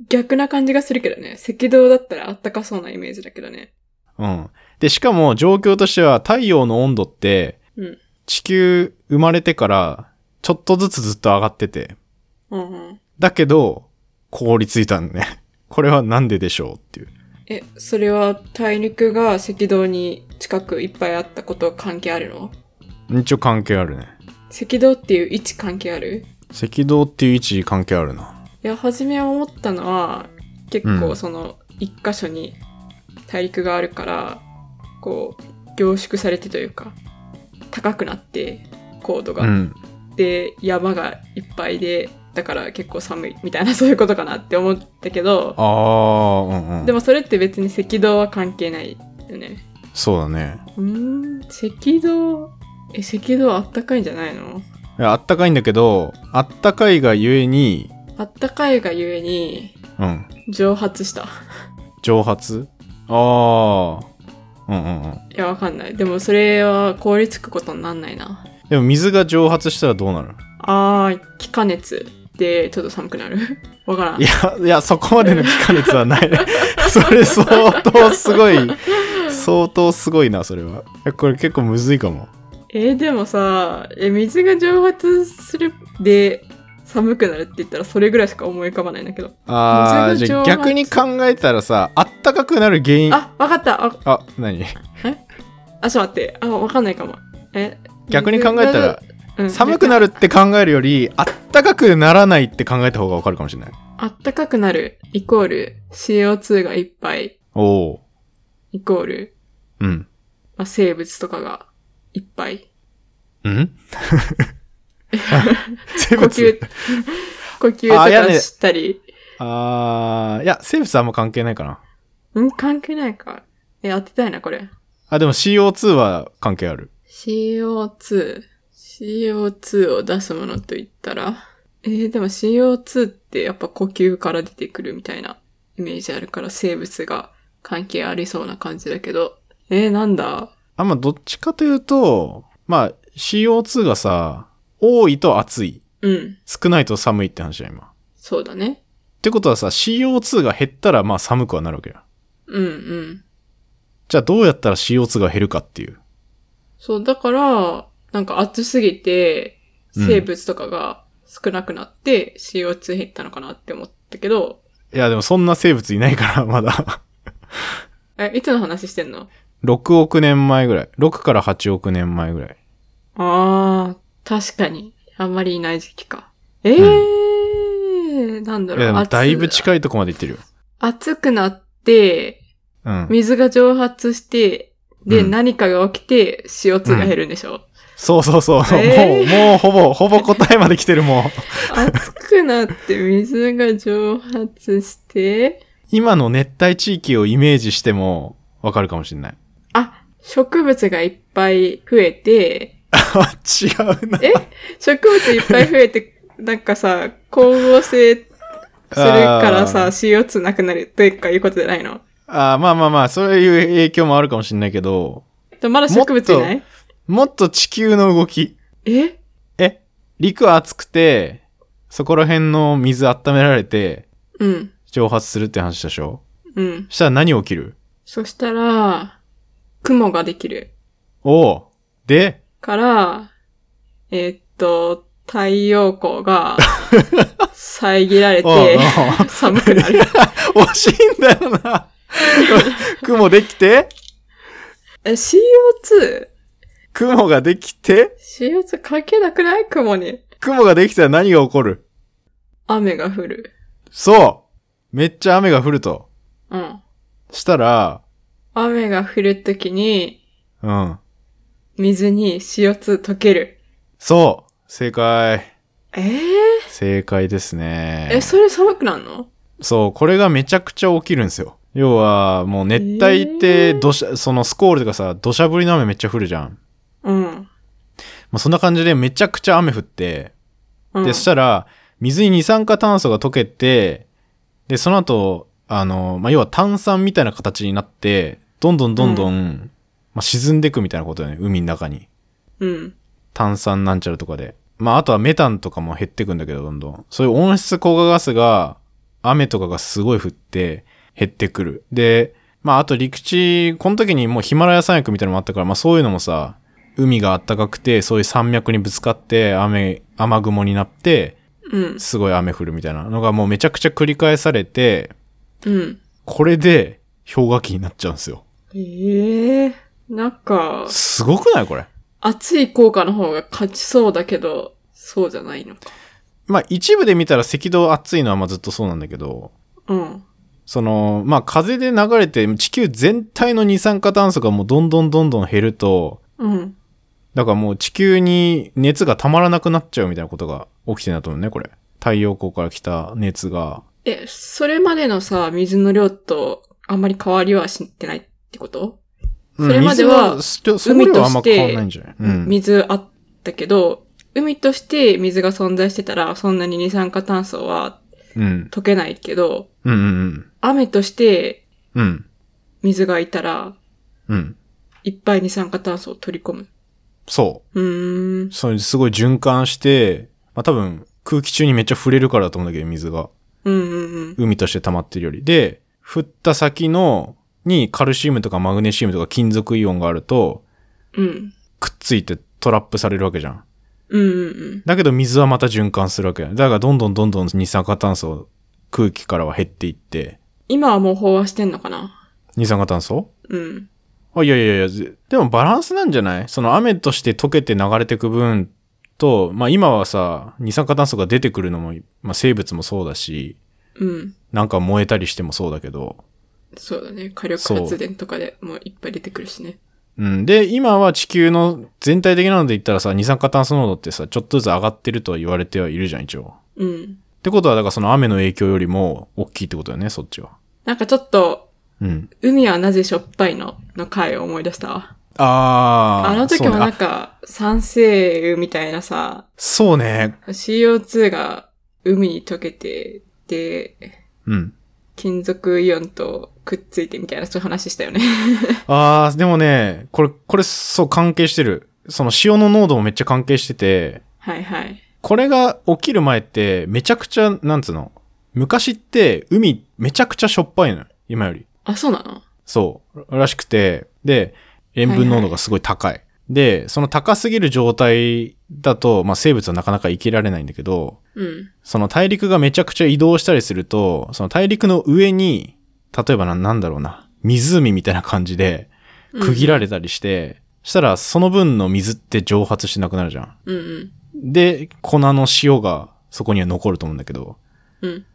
Speaker 1: 逆な感じがするけどね。赤道だったらあったかそうなイメージだけどね。
Speaker 2: うん。で、しかも状況としては太陽の温度って、
Speaker 1: うん
Speaker 2: 地球生まれてからちょっとずつずっと上がってて、
Speaker 1: うんうん。
Speaker 2: だけど凍りついたんね。 <laughs> これはなんででしょうっていう。
Speaker 1: え、それは大陸が赤道に近くいっぱいあったこと関係あるの
Speaker 2: 一応関係あるね。
Speaker 1: 赤道っていう位置関係ある
Speaker 2: 赤道っていう位置関係あるな。
Speaker 1: いや、初め思ったのは、結
Speaker 2: う
Speaker 1: 構
Speaker 2: ん
Speaker 1: その、一箇所に大陸があるから、こう、凝縮されてというか、高くなって、高度
Speaker 2: う
Speaker 1: が。
Speaker 2: ん。
Speaker 1: で、山がいっぱいで、だから結構寒いみたいな、 <laughs> そういうことかなって思ったけど、
Speaker 2: あー、うんうん。
Speaker 1: でもそれって別に赤道は関係ないよね。
Speaker 2: そうだね。
Speaker 1: うーん、赤道、え、赤道あったかいんじゃないの
Speaker 2: いやあったかいんだけど、あったかいがゆえに、
Speaker 1: あったかいがゆえに、
Speaker 2: うん。
Speaker 1: 蒸発した。
Speaker 2: 蒸発あー。うんうんうん。
Speaker 1: いや、わかんない。でもそれは凍りつくことになんないな。
Speaker 2: でも水が蒸発したらどうなる
Speaker 1: あー、気化熱でちょっと寒くなる。 <laughs> わからん。
Speaker 2: いや、いや、そこまでの気化熱はない。 <laughs> それ相当すごい、相当すごいな、それは。いやこれ結構むずいかも。
Speaker 1: えーでもさ、え、水が蒸発するで寒くなるって言ったらそれぐらいしか思い浮かばないんだけど。
Speaker 2: あー、
Speaker 1: 水が
Speaker 2: じゃあ
Speaker 1: 蒸発
Speaker 2: 逆に考えたらさ、あったかくなる原因。あ、
Speaker 1: あ、わかった。あ、
Speaker 2: 何
Speaker 1: あちょっと待って。あ、わかんないかも。え、
Speaker 2: 逆に考えたら、
Speaker 1: うん
Speaker 2: 寒くなるって考えるより、あったかくならないって考えた方がわかるかもしれない。
Speaker 1: あったかくなるイコール CO2 がいっぱい
Speaker 2: おお
Speaker 1: イコール、
Speaker 2: ー。うん。
Speaker 1: まあ、生物とかがいっぱい。
Speaker 2: うん <laughs> 生
Speaker 1: 呼吸 <laughs>
Speaker 2: 物、
Speaker 1: 呼吸と
Speaker 2: あいや
Speaker 1: か
Speaker 2: ね
Speaker 1: したり。
Speaker 2: あー、いや、生物あんま関係ないかな。
Speaker 1: うん、関係ないか。え、当てたいな、これ。
Speaker 2: あ、でも CO2 は関係ある。
Speaker 1: CO2。CO2 を出すものと言ったら。えーでも CO2 ってやっぱ呼吸から出てくるみたいなイメージあるから生物が関係ありそうな感じだけど。えーなんだ
Speaker 2: あんまどっちかというと、まあ CO2 がさ、多いと暑い。
Speaker 1: うん。
Speaker 2: 少ないと寒いって話だよ今。っ
Speaker 1: そうだね。
Speaker 2: てことはさ、CO2 が減ったらまあ寒くはなるわけだ。
Speaker 1: うんうん。
Speaker 2: じゃあどうやったら CO2 が減るかっていう。
Speaker 1: そう、だから、なんか暑すぎて、
Speaker 2: うん
Speaker 1: 生物とかが少なくなって CO2 減ったのかなって思ったけど、
Speaker 2: いやでもそんな生物いないから、 <laughs> まだ。
Speaker 1: え、いつの話してんの
Speaker 2: 6億年前ぐらい。6から8億年前ぐらい。
Speaker 1: あー、確かに。あんまりいない時期か。えー、なんだ
Speaker 2: いや
Speaker 1: ろ
Speaker 2: で
Speaker 1: う。
Speaker 2: も
Speaker 1: 暑
Speaker 2: だいぶ近いとこまで行ってるよ。
Speaker 1: 暑くなって、
Speaker 2: うん。
Speaker 1: 水が蒸発して、で、
Speaker 2: うん
Speaker 1: 何かが起きて CO2 が減るんでしょ、
Speaker 2: そうそうそう。
Speaker 1: えー
Speaker 2: もう、もうほぼ、ほぼ答えまで来てるもう。
Speaker 1: 暑くなって水が蒸発して、
Speaker 2: 今の熱帯地域をイメージしてもわかるかもしれない。
Speaker 1: あ、植物がいっぱい増えて、
Speaker 2: あ、違うな。
Speaker 1: え植物いっぱい増
Speaker 2: <laughs>
Speaker 1: えて、なんかさ、光合成するからさ、
Speaker 2: あ
Speaker 1: CO2 なくなるというかいうことじゃないの
Speaker 2: あーまあまあまあ、そういう影響もあるかもしれないけど、
Speaker 1: でもまだ植物いない
Speaker 2: もっと地球の動き。
Speaker 1: え
Speaker 2: え陸は熱くて、そこら辺の水温められて、
Speaker 1: うん。
Speaker 2: 蒸発するって話でしょ
Speaker 1: うん。
Speaker 2: したら何起きる
Speaker 1: そしたら、雲ができる。
Speaker 2: おおうで、
Speaker 1: から、えーっと、太陽光が遮られ
Speaker 2: おう <laughs>
Speaker 1: て
Speaker 2: お
Speaker 1: 寒くなる。
Speaker 2: <laughs> 惜しいんだよな。 <laughs> 雲できて、
Speaker 1: え、CO2?CO2
Speaker 2: 雲ができて、
Speaker 1: 関係なくない雲に。
Speaker 2: 雲ができたら何が起こる
Speaker 1: 雨が降る。
Speaker 2: そうめっちゃ雨が降ると。
Speaker 1: うん。
Speaker 2: したら、
Speaker 1: 雨が降るときに、
Speaker 2: うん。
Speaker 1: 水に CO2 溶ける。
Speaker 2: そう正解。
Speaker 1: えー、
Speaker 2: 正解ですね。
Speaker 1: え、それ寒くなんの
Speaker 2: そう、これがめちゃくちゃ起きるんですよ。要は、もう熱帯って、
Speaker 1: えー
Speaker 2: どしゃ、そのスコールとかさ、土砂降りの雨めっちゃ降るじゃん。
Speaker 1: うん。
Speaker 2: まあ、そんな感じでめちゃくちゃ雨降って、
Speaker 1: うん、
Speaker 2: で、そしたら、水に二酸化炭素が溶けて、で、その後、あの、まあ、要は炭酸みたいな形になって、どんどんどんどん、まあ、沈んでいくみたいなことだよね、海の中に。
Speaker 1: うん。
Speaker 2: 炭酸なんちゃらとかで。まあ、あとはメタンとかも減ってくんだけど、どんどん。そういう温室効果ガスが、雨とかがすごい降って、減ってくる。で、まあ、あと陸地、この時にもうヒマラヤ山脈みたいなのもあったから、まあ、そういうのもさ、海が暖かくて、そういう山脈にぶつかって、雨、雨雲になって、
Speaker 1: うん。
Speaker 2: すごい雨降るみたいなのがもうめちゃくちゃ繰り返されて、
Speaker 1: うん。
Speaker 2: これで氷河期になっちゃうんですよ。
Speaker 1: えー、なんか、
Speaker 2: すごくないこれ。
Speaker 1: 熱い効果の方が勝ちそうだけど、そうじゃないのか。
Speaker 2: まあ、一部で見たら赤道暑いのはまあずっとそうなんだけど、
Speaker 1: うん。
Speaker 2: その、まあ、風で流れて、地球全体の二酸化炭素がもうどんどんどんどん減ると、
Speaker 1: うん。
Speaker 2: だからもう地球に熱がたまらなくなっちゃうみたいなことが起きてるんだと思うね、これ。太陽光から来た熱が。
Speaker 1: え、それまでのさ、水の量とあんまり変わりはしてないってこと、
Speaker 2: うん
Speaker 1: それまでは
Speaker 2: 水のそそこではあんま
Speaker 1: 海として
Speaker 2: 変わんないんじゃないうん。
Speaker 1: 水あったけど、海として水が存在してたら、そんなに二酸化炭素は
Speaker 2: うん。
Speaker 1: 溶けないけど、
Speaker 2: うんうん
Speaker 1: 雨として
Speaker 2: うん。うん。
Speaker 1: 水がいたら、
Speaker 2: うん。
Speaker 1: いっぱい二酸化炭素を取り込む。
Speaker 2: そう
Speaker 1: ーん
Speaker 2: う。。そうすごい循環して、まあ、多分空気中にめっちゃ触れるからだと思うんだけど、水が。
Speaker 1: うんうんうん。
Speaker 2: 海として溜まってるより。で、振った先の、にカルシウムとかマグネシウムとか金属イオンがあると、
Speaker 1: うん。
Speaker 2: くっついてトラップされるわけじゃん。
Speaker 1: うんうん
Speaker 2: だけど水はまた循環するわけだ。だからどんどんどんどん二酸化炭素、空気からは減っていって、
Speaker 1: 今はもう飽和してんのかな
Speaker 2: 二酸化炭素
Speaker 1: うん。
Speaker 2: あ、いやいやいや、ぜでもバランスなんじゃないその雨として溶けて流れてく分と、まあ今はさ、二酸化炭素が出てくるのも、まあ生物もそうだし、
Speaker 1: うん。
Speaker 2: なんか燃えたりしてもそうだけど、
Speaker 1: そうだね。火力
Speaker 2: そう
Speaker 1: 発電とかでもういっぱい出てくるしね。
Speaker 2: うん。で、今は地球の全体的なので言ったらさ、二酸化炭素濃度ってさ、ちょっとずつ上がってるとは言われてはいるじゃん、一応。
Speaker 1: うん。
Speaker 2: ってことは、だからその雨の影響よりも大きいってことだよね、そっちは。
Speaker 1: なんかちょっと、
Speaker 2: うん。
Speaker 1: 海はなぜしょっぱいのの回を思い出したわ。
Speaker 2: あー。
Speaker 1: あの時もなん
Speaker 2: か。
Speaker 1: か、酸性雨みたいなさ、
Speaker 2: そうね。
Speaker 1: CO2 が海に溶けて、で、
Speaker 2: うん。
Speaker 1: 金属イオンとくっついてみたいなそういう話
Speaker 2: <laughs>
Speaker 1: したよね。
Speaker 2: あー、でもね、これ、これ、そう、関係してる。その塩の濃度もめっちゃ関係してて、
Speaker 1: はいはい。
Speaker 2: これが起きる前って、めちゃくちゃ、なんつうの。昔って、海、めちゃくちゃしょっぱいのよ。今より。
Speaker 1: あ、そうなの
Speaker 2: そう、らしくて、で、塩分濃度がすごい高い。で、その高すぎる状態だと、まあ、生物はなかなか生きられないんだけど、
Speaker 1: うん。
Speaker 2: その大陸がめちゃくちゃ移動したりすると、その大陸の上に、例えばななんだろうな、湖みたいな感じで
Speaker 1: うん
Speaker 2: 区切られたりして、したらその分の水って蒸発してなくなるじゃん。
Speaker 1: うんうん。
Speaker 2: で、粉の塩がそこには残ると思うんだけど、
Speaker 1: うん。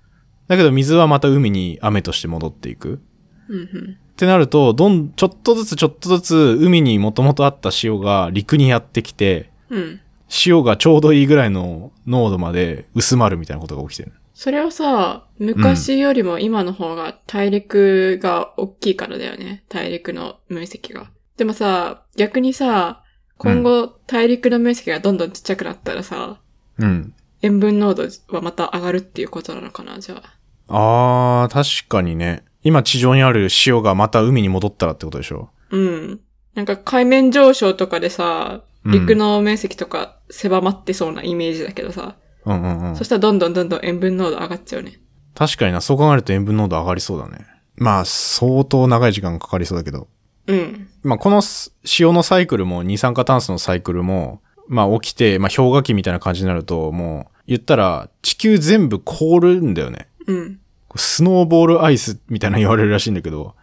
Speaker 2: だけど水はまた海に雨として戻っていく。
Speaker 1: うんうん。
Speaker 2: ってなると、どん、ちょっとずつちょっとずつ海にもともとあった塩が陸にやってきて、
Speaker 1: うん。
Speaker 2: 塩がちょうどいいぐらいの濃度まで薄まるみたいなことが起きてる。
Speaker 1: それはさ、昔よりも今の方が大陸が大きいからだよね。大陸の面積が。でもさ、逆にさ、今後大陸の面積がどんどんちっちゃくなったらさ、
Speaker 2: うん。
Speaker 1: 塩分濃度はまた上がるっていうことなのかな、じゃあ。
Speaker 2: あー、確かにね。今地上にある塩がまた海に戻ったらってことでしょ。
Speaker 1: うん。なんか海面上昇とかでさ、
Speaker 2: うん
Speaker 1: 陸の面積とか狭まってそうなイメージだけどさ、
Speaker 2: うんうんうん
Speaker 1: そ。したらどんどんどんどん塩分濃度上がっちゃうね。
Speaker 2: 確かにな、そう考えると塩分濃度上がりそうだね。まあ、相当長い時間かかりそうだけど。
Speaker 1: うん。
Speaker 2: まあ、このす塩のサイクルも二酸化炭素のサイクルも、まあ、起きて、まあ、氷河期みたいな感じになると、もう、言ったら、地球全部凍るんだよね。
Speaker 1: うん。
Speaker 2: スノーボールアイスみたいなの言われるらしいんだけど、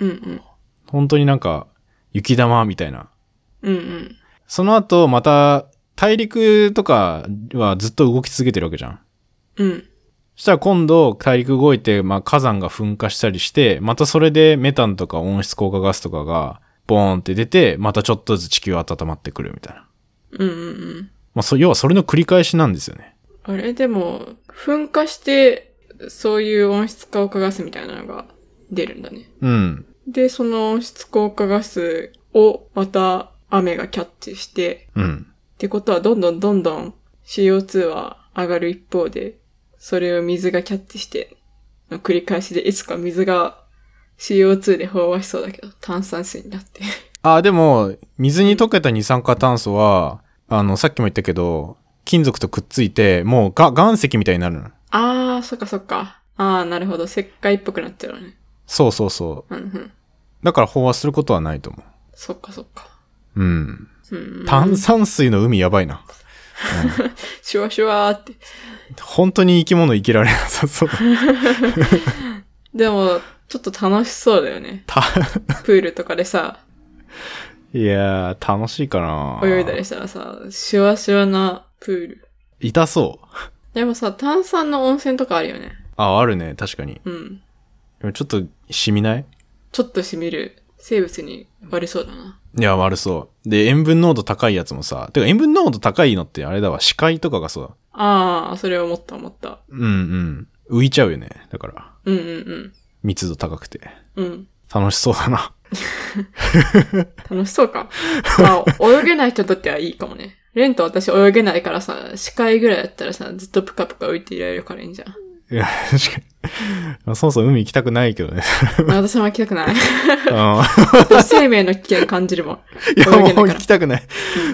Speaker 1: うんうん。
Speaker 2: 本当になんか、雪玉みたいな。
Speaker 1: うんうん。
Speaker 2: その後、また、大陸とかはずっと動き続けてるわけじゃん。
Speaker 1: うん。
Speaker 2: そしたら今度、大陸動いて、まあ、火山が噴火したりして、またそれでメタンとか温室効果ガスとかが、ボーンって出て、またちょっとずつ地球温まってくるみたいな。
Speaker 1: うんうんうん。
Speaker 2: まあ、そ要はそれの繰り返しなんですよね。
Speaker 1: あれでも、噴火して、そういう温室効果ガスみたいなのが出るんだね。
Speaker 2: うん。
Speaker 1: で、その温室効果ガスをまた雨がキャッチして、
Speaker 2: うん。
Speaker 1: ってことはどんどんどんどん CO2 は上がる一方で、それを水がキャッチして、の繰り返しでいつか水が CO2 で飽和しそうだけど、炭酸水になって。 <laughs>
Speaker 2: あ、でも、水に溶けた二酸化炭素は、あの、さっきも言ったけど、金属とくっついて、もうが岩石みたいになるの。
Speaker 1: あー、そっかそっか。あー、なるほど。石灰っぽくなっちゃうね。
Speaker 2: そうそうそう。
Speaker 1: うんうん。
Speaker 2: だから飽和することはないと思
Speaker 1: そっかそっか。
Speaker 2: う。うん。
Speaker 1: うん。
Speaker 2: 炭酸水の海やばいな。
Speaker 1: シュワシュワーって。
Speaker 2: 本当に生き物生きられなさそう。
Speaker 1: でも、ちょっと楽しそうだよね。
Speaker 2: た
Speaker 1: プールとかでさ、
Speaker 2: いやー、楽しいかな
Speaker 1: 泳いだりしたらさ、シュワシュワなプール。
Speaker 2: 痛そう。
Speaker 1: でもさ、炭酸の温泉とかあるよね。
Speaker 2: あ、あるね、確かに。
Speaker 1: うん。
Speaker 2: でもちょっと、染みない
Speaker 1: ちょっと染みる生物に悪そうだな。
Speaker 2: いや、悪そう。で、塩分濃度高いやつもさ、てか塩分濃度高いのってあれだわ、視界とかがそうだ。
Speaker 1: ああ、それは思った思った。
Speaker 2: うんうん。浮いちゃうよね。だから、
Speaker 1: うんうん
Speaker 2: 密度高くて。
Speaker 1: うん。うん。
Speaker 2: 楽しそうだな。
Speaker 1: 楽しそうか。まあ、泳げない人にとってはいいかもね。レンと私泳げないからさ、視界ぐらいだったらさ、ずっとぷかぷか浮いていられるからいいんじゃん。
Speaker 2: いや、確かに。そもそも海行きたくないけ <laughs> どね。
Speaker 1: まあ私も行きたくない。 <laughs>
Speaker 2: うんいや、
Speaker 1: 私生命の危険感じるもん。泳げないから
Speaker 2: もう行きたくない。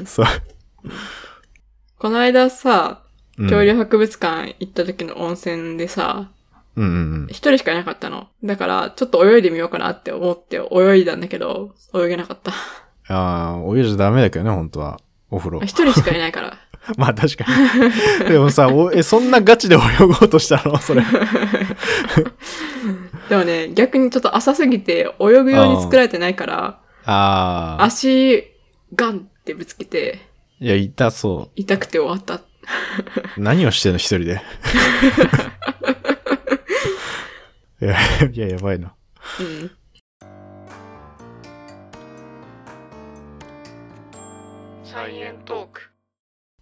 Speaker 2: そう。
Speaker 1: この間さ、
Speaker 2: うん
Speaker 1: 恐竜博物館行った時の温泉でさ、
Speaker 2: うんうんうん。
Speaker 1: 一人しかいなかったの。だから、ちょっと泳いでみようかなって思って泳いだんだけど、泳げな
Speaker 2: <laughs>
Speaker 1: かった。
Speaker 2: ああ、泳いじゃダメだけどね、本当は。お風呂
Speaker 1: 一。人しかいないから。
Speaker 2: <laughs> まあ確かに。でもさ、おえ、そんなガチで泳ごうとしたの <laughs> それ。
Speaker 1: でもね、逆にちょっと浅すぎて、泳ぐように作られてないから、
Speaker 2: ああ。
Speaker 1: 足、ガンってぶつけて、
Speaker 2: いや、痛そ
Speaker 1: 痛くて終わった。
Speaker 2: う。何をしてんの、一人で。いや、いや、やばいな。
Speaker 1: うん。サイエントーク。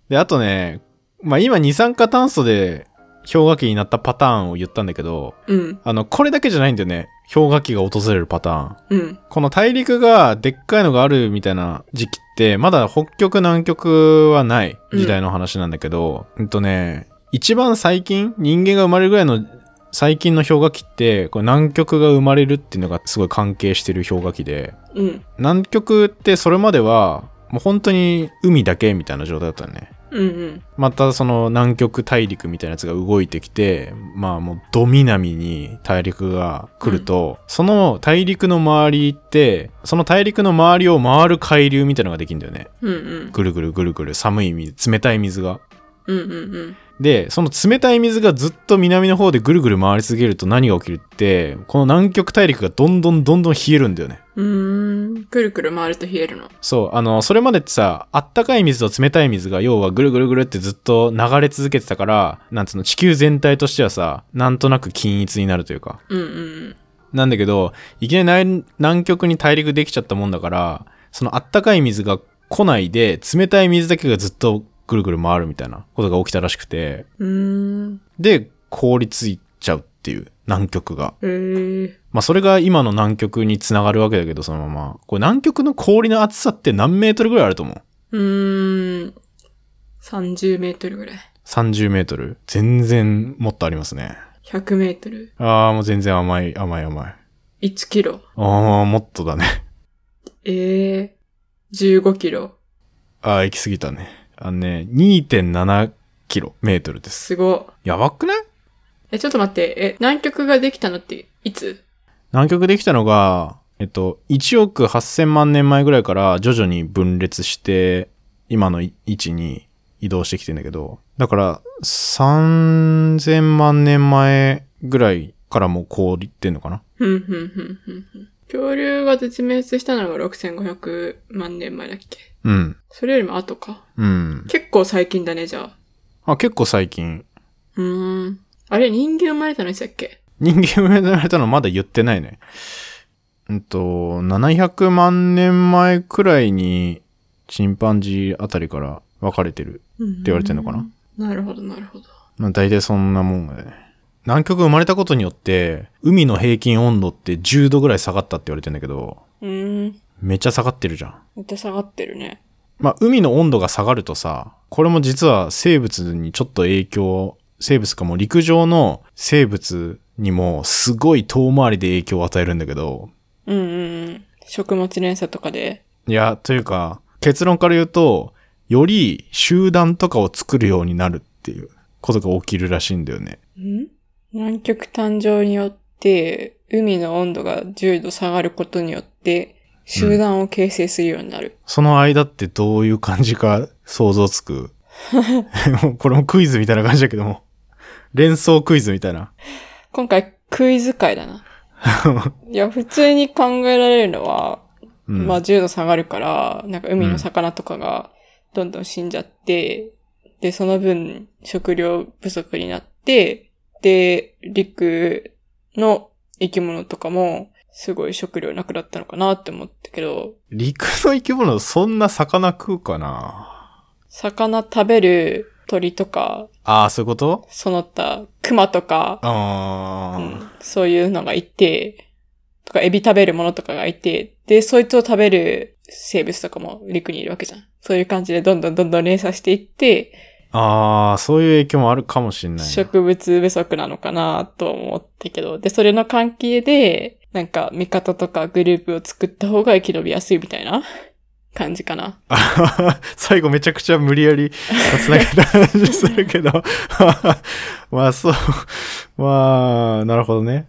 Speaker 2: で、あとね、まあ今、二酸化炭素で氷河期になったパターンを言ったんだけど、
Speaker 1: うん、
Speaker 2: あの、これだけじゃないんだよね。氷河期が訪れるパターン。
Speaker 1: うん、
Speaker 2: この大陸がでっかいのがあるみたいな時期って、まだ北極南極はない時代の話なんだけど、うん、とね、一番最近、人間が生まれるぐらいの最近の氷河期って、これ南極が生まれるっていうのがすごい関係してる氷河期で、
Speaker 1: うん、
Speaker 2: 南極ってそれまでは、もう本当に海だけみたいな状態だったのね。
Speaker 1: うん、うん、
Speaker 2: またその南極大陸みたいなやつが動いてきてまあもうど南に大陸が来ると、その大陸の周りってその大陸の周りを回る海流みたいのができるんだよね
Speaker 1: うん、うん、
Speaker 2: ぐるぐるぐるぐる寒い水冷たい水が
Speaker 1: うん、うん、うん、
Speaker 2: でその冷たい水がずっと南の方でぐるぐる回り続けると何が起きるってこの南極大陸がどんどんどんどん冷えるんだよね
Speaker 1: うーん、くるくる回ると冷えるの。
Speaker 2: そうあのそれまでってさあったかい水と冷たい水が要はぐるぐるぐるってずっと流れ続けてたからなんつうの地球全体としてはさなんとなく均一になるというか
Speaker 1: うん、うん、
Speaker 2: なんだけどいきなり南南極に大陸できちゃったもんだからそのあったかい水が来ないで冷たい水だけがずっとぐるぐる回るみたいなことが起きたらしくて
Speaker 1: うん。うーん、
Speaker 2: で凍りついちゃうっていう南極が。
Speaker 1: えー、
Speaker 2: まあそれが今の南極につながるわけだけど、そのまま。これ南極の氷の厚さって何メートルぐらいあると思う
Speaker 1: うーん、30メートルぐらい。
Speaker 2: ?30 メートル全然もっとありますね。
Speaker 1: 100メートル。
Speaker 2: ああ、もう全然甘い、甘い甘い。
Speaker 1: 1キロ。
Speaker 2: ああ、もっとだね。 <laughs>
Speaker 1: えー、15キロ。
Speaker 2: ああ、行き過ぎたね。あのね、2.7キロメートルです。
Speaker 1: すご。
Speaker 2: やばくない
Speaker 1: え、ちょっと待って。え、南極ができたのっていつ
Speaker 2: 南極できたのが、えっと、1億8000万年前ぐらいから徐々に分裂して、今のい位置に移動してきてんだけど、だから3000万年前ぐらいからもう氷ってんのかな
Speaker 1: ふんふんふんふんふん。恐竜が絶滅したのが6500万年前だっけ
Speaker 2: うん。
Speaker 1: それよりも後か。
Speaker 2: うん。
Speaker 1: 結構最近だね、じゃあ。
Speaker 2: あ、結構最近。
Speaker 1: うーん。あれ、人間生まれたのいつだっけ
Speaker 2: 人間生まれたのまだ言ってないね。うんと、700万年前くらいにチンパンジーあたりから分かれてる。
Speaker 1: って
Speaker 2: 言われてんのかな
Speaker 1: なるほど、なるほど。
Speaker 2: まあ大体そんなもんだよね。南極生まれたことによって、海の平均温度って10度ぐらい下がったって言われてんだけど、
Speaker 1: うーん。
Speaker 2: めっちゃ下がってるじゃん。
Speaker 1: めっちゃ下がってるね。
Speaker 2: まあ海の温度が下がるとさ、これも実は生物にちょっと影響、生物かも陸上の生物にもすごい遠回りで影響を与えるんだけど、
Speaker 1: うんうんうん。食物連鎖とかで。
Speaker 2: いや、というか、結論から言うと、より集団とかを作るようになるっていうことが起きるらしいんだよね。
Speaker 1: ん南極誕生によって、海の温度が10度下がることによって、集団を形成するようになる。
Speaker 2: その間ってどういう感じか <laughs> 想像つく <laughs> もうこれもクイズみたいな感じだけども。連想クイズみたいな。
Speaker 1: 今回、クイズ会だ
Speaker 2: <laughs>
Speaker 1: な。いや、普通に考えられるのは、
Speaker 2: うん
Speaker 1: まあ10度下がるから、なんか海の魚とかがどんどん死んじゃって、で、その分食料不足になって、で、陸の生き物とかもすごい食料なくなったのかなって思ったけど、
Speaker 2: 陸の生き物、そんな魚食うかな
Speaker 1: 魚食べる鳥とか、
Speaker 2: ああ、そういうこと
Speaker 1: その他熊とか、
Speaker 2: あ
Speaker 1: う
Speaker 2: ー、
Speaker 1: んそういうのがいて、とかエビ食べるものとかがいて、で、そいつを食べる生物とかも陸にいるわけじゃん。そういう感じでどんどんどんどん連鎖していって、
Speaker 2: ああ、そういう影響もあるかもしんないな。
Speaker 1: 植物不足なのかなとは思ったけど、で、それの関係で、なんか味方とかグループを作った方が生き延びやすいみたいな感じかな。
Speaker 2: 最後めちゃくちゃ無理やり繋げた話するけど。 <laughs> まあそう。まあ、なるほどね。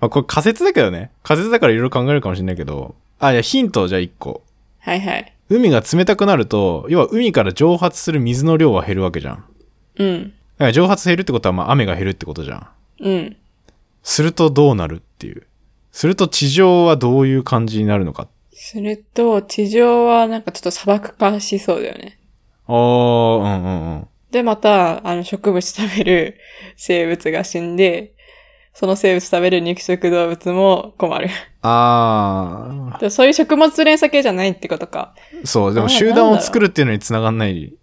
Speaker 2: まあこれ仮説だけどね。仮説だからいろいろ考えるかもしれないけど。あ、いや、ヒントをじゃあ一個。
Speaker 1: はいはい。
Speaker 2: 海が冷たくなると、要は海から蒸発する水の量は減るわけじゃん。だ
Speaker 1: うん。
Speaker 2: から蒸発減るってことはまあ雨が減るってことじゃん。
Speaker 1: うん。
Speaker 2: するとどうなるっていう。すると地上はどういう感じになるのか。
Speaker 1: すると、地上はなんかちょっと砂漠化しそうだよね。
Speaker 2: あー、うんうんうん。
Speaker 1: で、また、あの、植物食べる <laughs> 生物が死んで、その生物食べる肉食動物も困
Speaker 2: <laughs>
Speaker 1: る。
Speaker 2: あ
Speaker 1: でそういう食物連鎖系じゃないってことか。
Speaker 2: ー。そう、で
Speaker 1: あ
Speaker 2: も
Speaker 1: ー
Speaker 2: 集
Speaker 1: な
Speaker 2: 団
Speaker 1: んだ
Speaker 2: を
Speaker 1: ろう
Speaker 2: 作るっていうのに繋がんない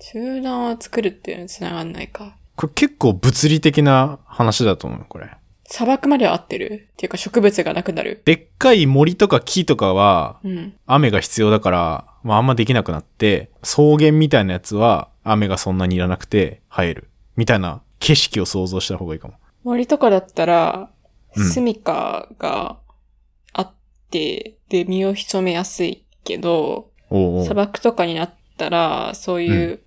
Speaker 1: 集団を作るっていうのに繋がんないか。
Speaker 2: これ結構物理的な話だと思う、これ。
Speaker 1: 砂漠までは合ってるっていうか植物がなくなる。
Speaker 2: でっかい森とか木とかは
Speaker 1: うん。
Speaker 2: 雨が必要だから、まああんまできなくなって、草原みたいなやつは雨がそんなにいらなくて生える。みたいな景色を想像した方がいいかも。
Speaker 1: 森とかだったら、
Speaker 2: うん
Speaker 1: 住みかがあって、で、身を潜めやすいけど、
Speaker 2: おうおう
Speaker 1: 砂漠とかになったら、そういうう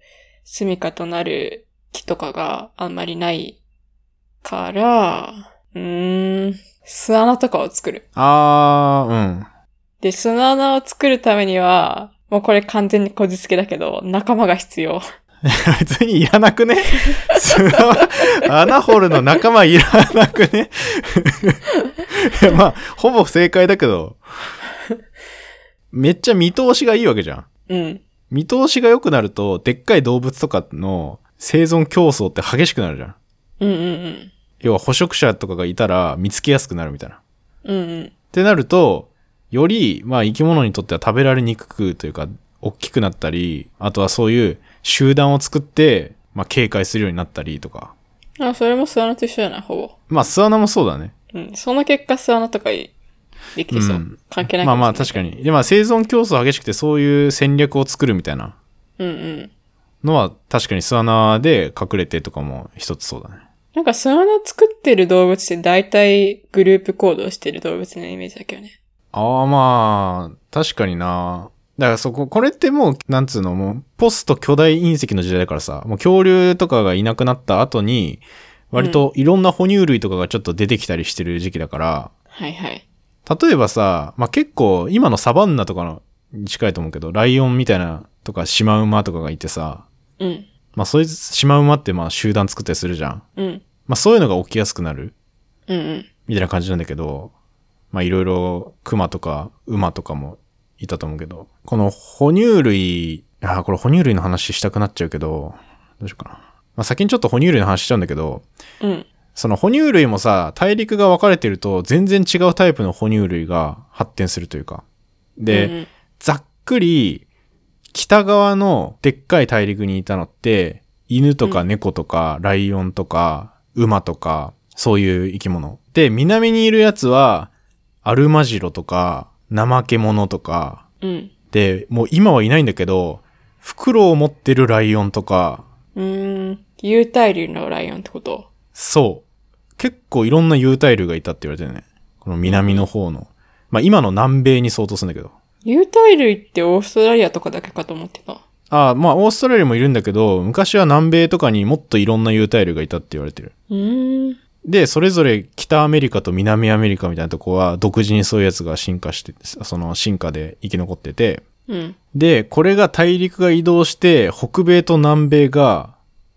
Speaker 1: 住みかとなる木とかがあんまりないから、うーん、巣穴とかを作る。
Speaker 2: あー、うん。 <laughs>
Speaker 1: で、巣穴を作るためには、もうこれ完全にこじつけだけど、仲間が必要。
Speaker 2: 別にいらな <laughs> くねその穴掘るの仲間いらなくね <laughs> いやまあ、ほぼ正解だけど、めっちゃ見通しがいいわけじゃん。
Speaker 1: うん。
Speaker 2: 見通しが良くなると、でっかい動物とかの生存競争って激しくなるじゃん。
Speaker 1: うんうん
Speaker 2: 要は捕食者とかがいたら見つけやすくなるみたいな。っ
Speaker 1: うん。うんうん。
Speaker 2: てなると、より、まあ生き物にとっては食べられにくくというか、大きくなったり、あとはそういう集団を作って、まあ警戒するようになったりとか、
Speaker 1: あ、それも巣穴と一緒じゃない、ほぼ。
Speaker 2: まあ、巣穴もそうだね。
Speaker 1: うん。その結果、巣穴とかいできてそう。
Speaker 2: うん
Speaker 1: 関係ない
Speaker 2: まあまあ、確かに。で、まあ、生存競争激しくて、そういう戦略を作るみたいな
Speaker 1: に。うんうん。
Speaker 2: のは、確かに巣穴で隠れてとかも一つそうだね。
Speaker 1: なんか巣穴作ってる動物って大体グループ行動してる動物のイメージだけどね。
Speaker 2: ああ、まあ、確かにな。だからそこ、これってもう、なんつうの、もう、ポスト巨大隕石の時代だからさ、もう恐竜とかがいなくなった後に、割といろんな哺乳類とかがちょっと出てきたりしてる時期だから、
Speaker 1: はいはい。
Speaker 2: 例えばさ、まあ、結構今のサバンナとかのに近いと思うけど、ライオンみたいなとかシマウマとかがいてさ、
Speaker 1: うん。
Speaker 2: まあ、そういうシマウマってまあ集団作ったりするじゃん。
Speaker 1: うん。
Speaker 2: まあ、そういうのが起きやすくなる
Speaker 1: うんうん。
Speaker 2: みたいな感じなんだけど、まあ、いろいろクマとか馬とかもいたと思うけど、この哺乳類、あーこれ哺乳類の話したくなっちゃうけど、どうしようかな。まあ、先にちょっと哺乳類の話しちゃうんだけど、
Speaker 1: うん。
Speaker 2: その哺乳類もさ、大陸が分かれてると全然違うタイプの哺乳類が発展するというか。で、
Speaker 1: うんうん
Speaker 2: ざっくり、北側のでっかい大陸にいたのって、犬とか猫とか、ライオンとか、馬とか、そういう生き物。で、南にいるやつは、アルマジロとか、怠け者とか、
Speaker 1: うん。
Speaker 2: で、もう今はいないんだけど、袋を持ってるライオンとか、
Speaker 1: うーん。有袋類のライオンってこと
Speaker 2: そう。結構いろんな有袋類がいたって言われてるね。この南の方の。まあ今の南米に相当するんだけど。
Speaker 1: 有袋類ってオーストラリアとかだけかと思ってた。
Speaker 2: ああ、まあオーストラリアもいるんだけど、昔は南米とかにもっといろんな有袋類がいたって言われてる。
Speaker 1: うーん。
Speaker 2: で、それぞれ北アメリカと南アメリカみたいなとこは独自にそういうやつが進化して、その進化で生き残ってて。
Speaker 1: うん。
Speaker 2: で、これが大陸が移動して北米と南米が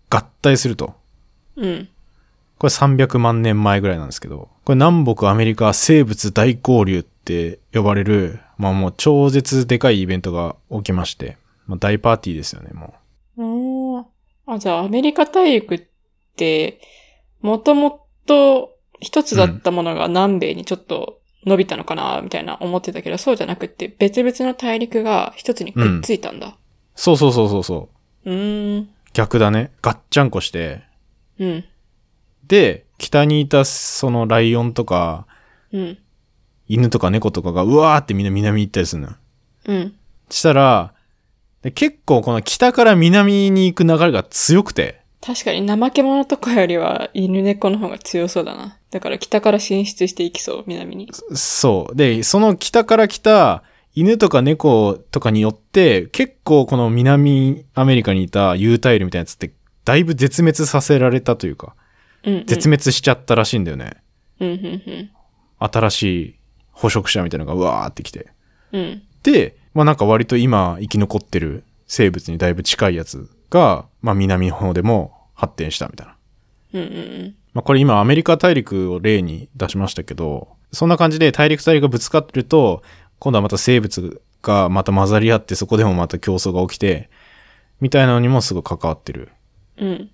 Speaker 2: 合体すると。
Speaker 1: うん。
Speaker 2: これ300万年前ぐらいなんですけど、これ南北アメリカ生物大交流って呼ばれる、まあもう超絶でかいイベントが起きまして、まあ大パーティーですよね、も
Speaker 1: うーん。あ、じゃあアメリカ大陸って、もともと一つだったものが南米にちょっと伸びたのかな、みたいな思ってたけど、そうじゃなくって別々の大陸が一つにくっついたんだ。
Speaker 2: う。そうそうそうそうそう。
Speaker 1: うーん。
Speaker 2: 逆だね。ガッチャンコして。
Speaker 1: うん。
Speaker 2: で、北にいたそのライオンとか、
Speaker 1: うん。
Speaker 2: 犬とか猫とかがうわーってみんな南行ったりするのよ。
Speaker 1: うん。
Speaker 2: したら、で結構この北から南に行く流れが強くて、
Speaker 1: 確かに怠け者とかよりは犬猫の方が強そうだな。だから北から進出していきそう、南に。
Speaker 2: そう。で、その北から来た犬とか猫とかによって、結構この南アメリカにいた有袋類みたいなやつって、だいぶ絶滅させられたというか、
Speaker 1: うん、うん。
Speaker 2: 絶滅しちゃったらしいんだよね。
Speaker 1: うん、うん、
Speaker 2: 新しい捕食者みたいなのがうわーってきて。
Speaker 1: うん。うん。
Speaker 2: で、まあなんか割と今生き残ってる生物にだいぶ近いやつが、まあ南の方でも発展したみたいな。
Speaker 1: うん、うん
Speaker 2: まあ、これ今アメリカ大陸を例に出しましたけど、そんな感じで大陸大陸がぶつかってると、今度はまた生物がまた混ざり合ってそこでもまた競争が起きて、みたいなのにもすごい関わってる
Speaker 1: うん、うん。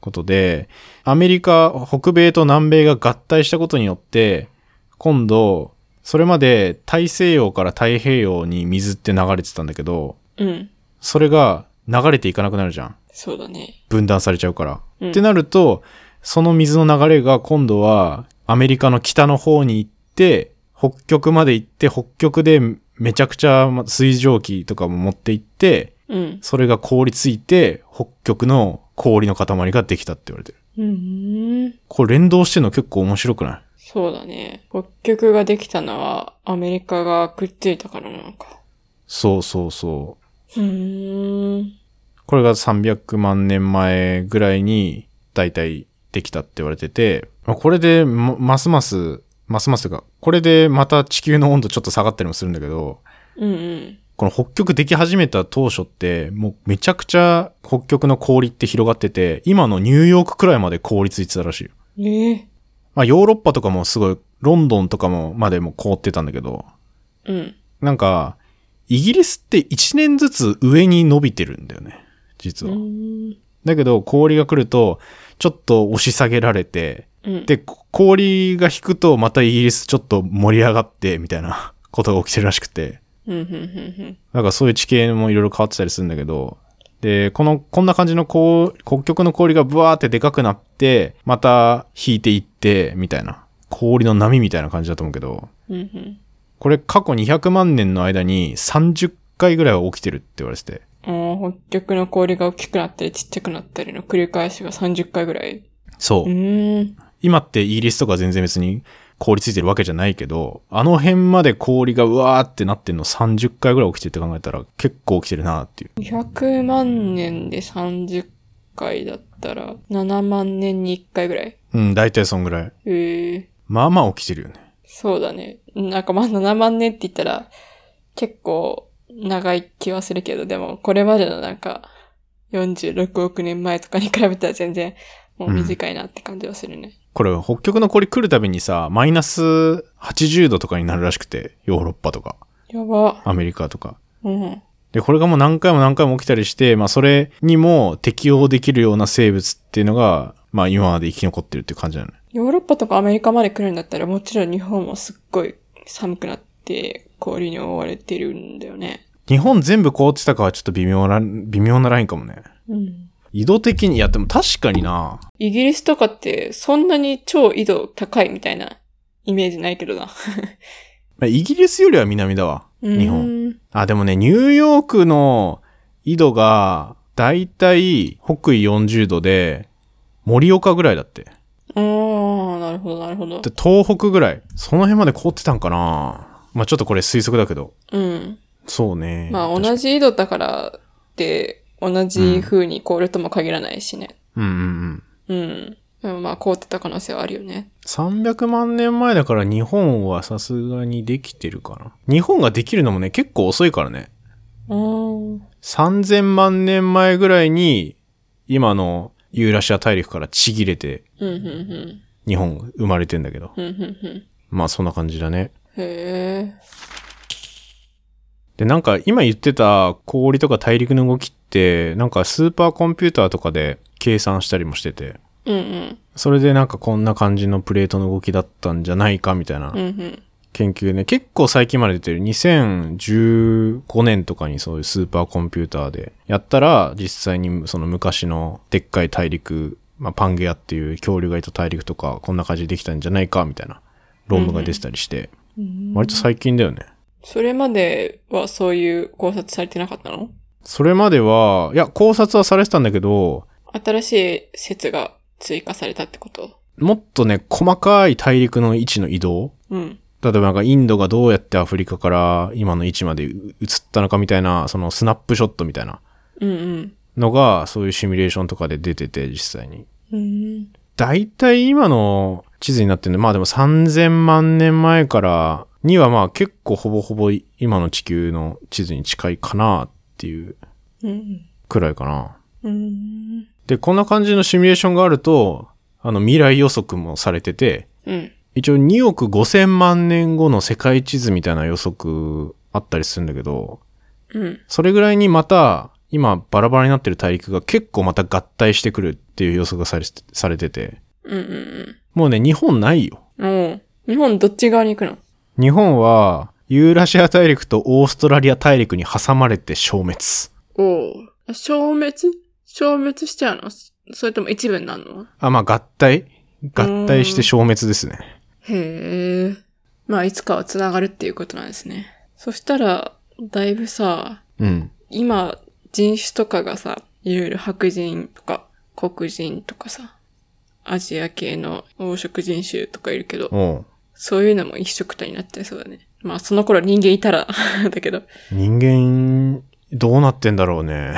Speaker 2: ことで、アメリカ、北米と南米が合体したことによって、今度、それまで大西洋から太平洋に水って流れてたんだけど、
Speaker 1: うん。
Speaker 2: それが流れていかなくなるじゃん。
Speaker 1: そうだね。
Speaker 2: 分断されちゃうから。
Speaker 1: うん
Speaker 2: ってなると、その水の流れが今度はアメリカの北の方に行って、北極まで行って、北極でめちゃくちゃ水蒸気とかも持って行って、
Speaker 1: うん。
Speaker 2: それが凍りついて、北極の氷の塊ができたって言われてる。
Speaker 1: うん。
Speaker 2: これ連動してるの結構面白くない
Speaker 1: そうだね。北極ができたのはアメリカがくっついたからなのか。
Speaker 2: そうそうそう。
Speaker 1: うーん。
Speaker 2: これが300万年前ぐらいに大体できたって言われてて、まあこれでまますます、ますますというか、これでまた地球の温度ちょっと下がったりもするんだけど、
Speaker 1: うん、うん。
Speaker 2: この北極でき始めた当初って、もうめちゃくちゃ北極の氷って広がってて、今のニューヨークくらいまで氷ついてたらしいよ。
Speaker 1: ええ
Speaker 2: まあヨーロッパとかもすごい、ロンドンとかもまでも凍ってたんだけど、
Speaker 1: うん。
Speaker 2: なんか、イギリスって1年ずつ上に伸びてるんだよね、実
Speaker 1: う
Speaker 2: は。
Speaker 1: ん。
Speaker 2: だけど氷が来るとちょっと押し下げられて
Speaker 1: うん。
Speaker 2: でこ氷が引くとまたイギリスちょっと盛り上がってみたいなことが起きてるらしくて
Speaker 1: うん、うん、うん、うん。
Speaker 2: なんかそういう地形もいろいろ変わってたりするんだけどで、この、こんな感じのこう北極の氷がブワーってでかくなって、また引いていって、みたいな。氷の波みたいな感じだと思うけど、
Speaker 1: うんうん。
Speaker 2: これ過去200万年の間に30回ぐらいは起きてるって言われてて。
Speaker 1: ああ、北極の氷が大きくなったりちっちゃくなったりの繰り返しが30回ぐらい。
Speaker 2: そう
Speaker 1: う。ーん。
Speaker 2: 今ってイギリスとか全然別に氷ついてるわけじゃないけど、あの辺まで氷がうわーってなってんの30回ぐらい起きてるって考えたら結構起きてるなっていう。
Speaker 1: 200万年で30回だったら、7万年に1回ぐらい。
Speaker 2: うん、大体そんぐらい。
Speaker 1: へえ。
Speaker 2: まあまあ起きてるよね。
Speaker 1: そうだね。なんかまあ7万年って言ったら、結構長い気はするけど、でもこれまでのなんか、46億年前とかに比べたら全然もう短いなって感じはするね。
Speaker 2: これ北極の氷来るたびにさ、マイナス80度とかになるらしくて、ヨーロッパとか、
Speaker 1: やば。
Speaker 2: アメリカとか。
Speaker 1: うん。
Speaker 2: で、これがもう何回も何回も起きたりして、まあそれにも適応できるような生物っていうのが、まあ今まで生き残ってるっていう感じなのね。
Speaker 1: ヨーロッパとかアメリカまで来るんだったらもちろん日本もすっごい寒くなって氷に覆われてるんだよね。
Speaker 2: 日本全部凍ってたかはちょっと微妙な、微妙なラインかもね。
Speaker 1: うん。
Speaker 2: 緯度的に、いやでも確かにな。
Speaker 1: イギリスとかってそんなに超緯度高いみたいなイメージないけどな。
Speaker 2: まあイギリスよりは南だわ。日本。
Speaker 1: 本。
Speaker 2: あ、でもね、ニューヨークの緯度が、だいたい北緯40度で、盛岡ぐらいだって。
Speaker 1: ああ、なるほど、なるほど
Speaker 2: で。東北ぐらい。その辺まで凍ってたんかなまあちょっとこれ推測だけど。
Speaker 1: うん。
Speaker 2: そうね。
Speaker 1: まあ
Speaker 2: 確か
Speaker 1: 同じ緯度だからって同じ風に凍るとも限らないしね。
Speaker 2: うんうんうん。
Speaker 1: うん。でもまあ凍ってた可能性はあるよね。
Speaker 2: 300万年前だから日本はさすがにできてるかな。日本ができるのもね、結構遅いからね。
Speaker 1: うん。
Speaker 2: 3000万年前ぐらいに、今のユーラシア大陸からちぎれて、
Speaker 1: うん、うん、うん。
Speaker 2: 日本生まれてんだけど。
Speaker 1: うん、うん、うん。
Speaker 2: まあそんな感じだね。
Speaker 1: へえ。
Speaker 2: で、なんか今言ってた氷とか大陸の動きって、なんかスーパーコンピューターとかで計算したりもしてて、
Speaker 1: うん、うん。
Speaker 2: それでなんかこんな感じのプレートの動きだったんじゃないかみたいな
Speaker 1: うん、うん。
Speaker 2: 研究ね、結構最近まで出てる。2015年とかにそういうスーパーコンピューターでやったら、実際にその昔のでっかい大陸、まあ、パンゲアっていう恐竜がいた大陸とか、こんな感じでできたんじゃないかみたいな論文が出てたりして、割と最近だよね。
Speaker 1: それまではそういう考察されてなかったの
Speaker 2: それまでは、いや、考察はされてたんだけど、
Speaker 1: 新しい説が追加されたってこと
Speaker 2: もっとね、細かい大陸の位置の移動
Speaker 1: うん。
Speaker 2: 例えばなんかインドがどうやってアフリカから今の位置まで移ったのかみたいな、そのスナップショットみたいな
Speaker 1: うん、うん。
Speaker 2: のが、そういうシミュレーションとかで出てて、実際に。
Speaker 1: うん。
Speaker 2: だいたい今の地図になってるの、まあでも3000万年前からにはまあ結構ほぼほぼ今の地球の地図に近いかなっていう
Speaker 1: うん。
Speaker 2: くらいかな。
Speaker 1: うん。
Speaker 2: で、こんな感じのシミュレーションがあると、あの未来予測もされてて、
Speaker 1: うん。
Speaker 2: 一応2億5000万年後の世界地図みたいな予測あったりするんだけど、
Speaker 1: うん。
Speaker 2: それぐらいにまた、今バラバラになってる大陸が結構また合体してくるっていう予測がされてされてて、
Speaker 1: うん、うん、
Speaker 2: もうね、日本ないよ。
Speaker 1: うん。おう日本どっち側に行くの
Speaker 2: 日本は、ユーラシア大陸とオーストラリア大陸に挟まれて消滅。
Speaker 1: おう消滅消滅しちゃうのそそれとも一部になるの
Speaker 2: あ、まあ合体合体して消滅ですね。
Speaker 1: へえ。まあ、いつかは繋がるっていうことなんですね。そしたら、だいぶさ、
Speaker 2: うん。
Speaker 1: 今、人種とかがさ、いろいろ白人とか、黒人とかさ、アジア系の黄色人種とかいるけど、
Speaker 2: おう
Speaker 1: そういうのも一色たになっちゃいそうだね。まあ、その頃人間いたら、 <laughs> だけど、
Speaker 2: 人間、どうなってんだろうね。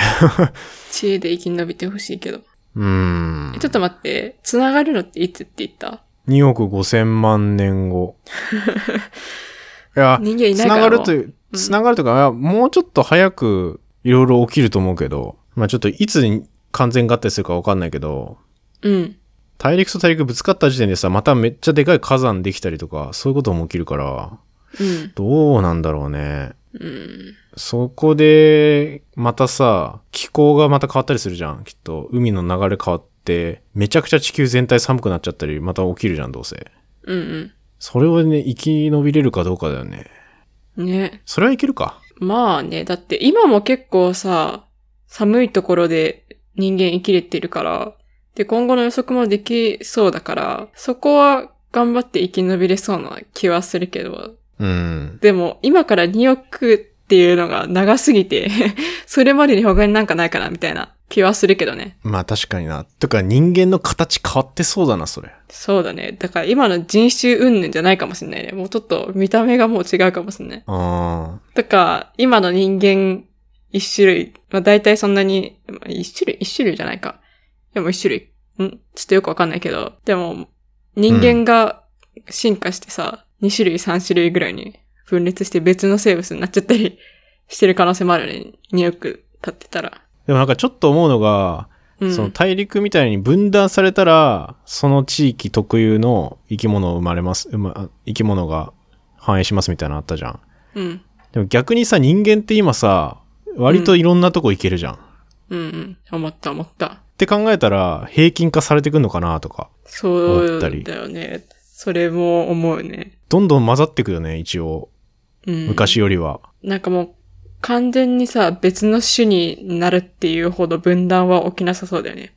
Speaker 1: 知恵で生き延びてほしいけど。
Speaker 2: うーん
Speaker 1: え。ちょっと待って、繋がるのっていつって言った
Speaker 2: 2億5000万年後。い
Speaker 1: <laughs>
Speaker 2: や、
Speaker 1: 人間いない
Speaker 2: つ
Speaker 1: か
Speaker 2: な
Speaker 1: ら
Speaker 2: がると
Speaker 1: もう
Speaker 2: いう、つながるというか、いやもうちょっと早くいろいろ起きると思うけど、まあちょっといつに完全合体するかわかんないけど、
Speaker 1: うん。
Speaker 2: 大陸と大陸ぶつかった時点でさ、まためっちゃでかい火山できたりとか、そういうことも起きるから、
Speaker 1: うん。
Speaker 2: どうなんだろうね。
Speaker 1: うん。
Speaker 2: そこで、またさ、気候がまた変わったりするじゃん、きっと。海の流れ変わって、めちゃくちゃ地球全体寒くなっちゃったり、また起きるじゃん、どうせ。
Speaker 1: うん
Speaker 2: それをね、生き延びれるかどうかだよね。
Speaker 1: うん。ね。
Speaker 2: それはいけるか。
Speaker 1: まあね、だって今も結構さ、寒いところで人間生きれてるから、で、今後の予測もできそうだから、そこは頑張って生き延びれそうな気はするけど、
Speaker 2: うん。
Speaker 1: でも今から2億っていうのが長すぎて、それまでに他になんかないかなみたいな気はするけどね。
Speaker 2: まあ確かにな。とか人間の形変わってそうだな、それ。
Speaker 1: そうだね。だから今の人種云々じゃないかもしんないね。もうちょっと見た目がもう違うかもしんない。
Speaker 2: あ
Speaker 1: とか、今の人間一種類、まあ大体そんなに、まあ一種類、一種類じゃないか。でも一種類。んちょっとよくわかんないけど。でも、人間が進化してさ、2種類、3種類ぐらいに分裂して別の生物になっちゃったりしてる可能性もあるね。2億経ってたら。
Speaker 2: ーでもなんかちょっと思うのが、
Speaker 1: うん。
Speaker 2: その大陸みたいに分断されたら、その地域特有の生き物生まれます、生ま生き物が繁栄しますみたいなのあったじゃん。
Speaker 1: うん。
Speaker 2: でも逆にさ、人間って今さ、割といろんなとこ行けるじゃん。っ
Speaker 1: うんうん。思った思った。
Speaker 2: て考えたら、平均化されてくんのかなとか。
Speaker 1: そ
Speaker 2: 思
Speaker 1: う
Speaker 2: ったり
Speaker 1: だよね。それも思うね。
Speaker 2: どんどん混ざってくよね、一応。
Speaker 1: うん。
Speaker 2: 昔よりは。
Speaker 1: なんかもう、完全にさ、別の種になるっていうほど分断は起きなさそうだよね。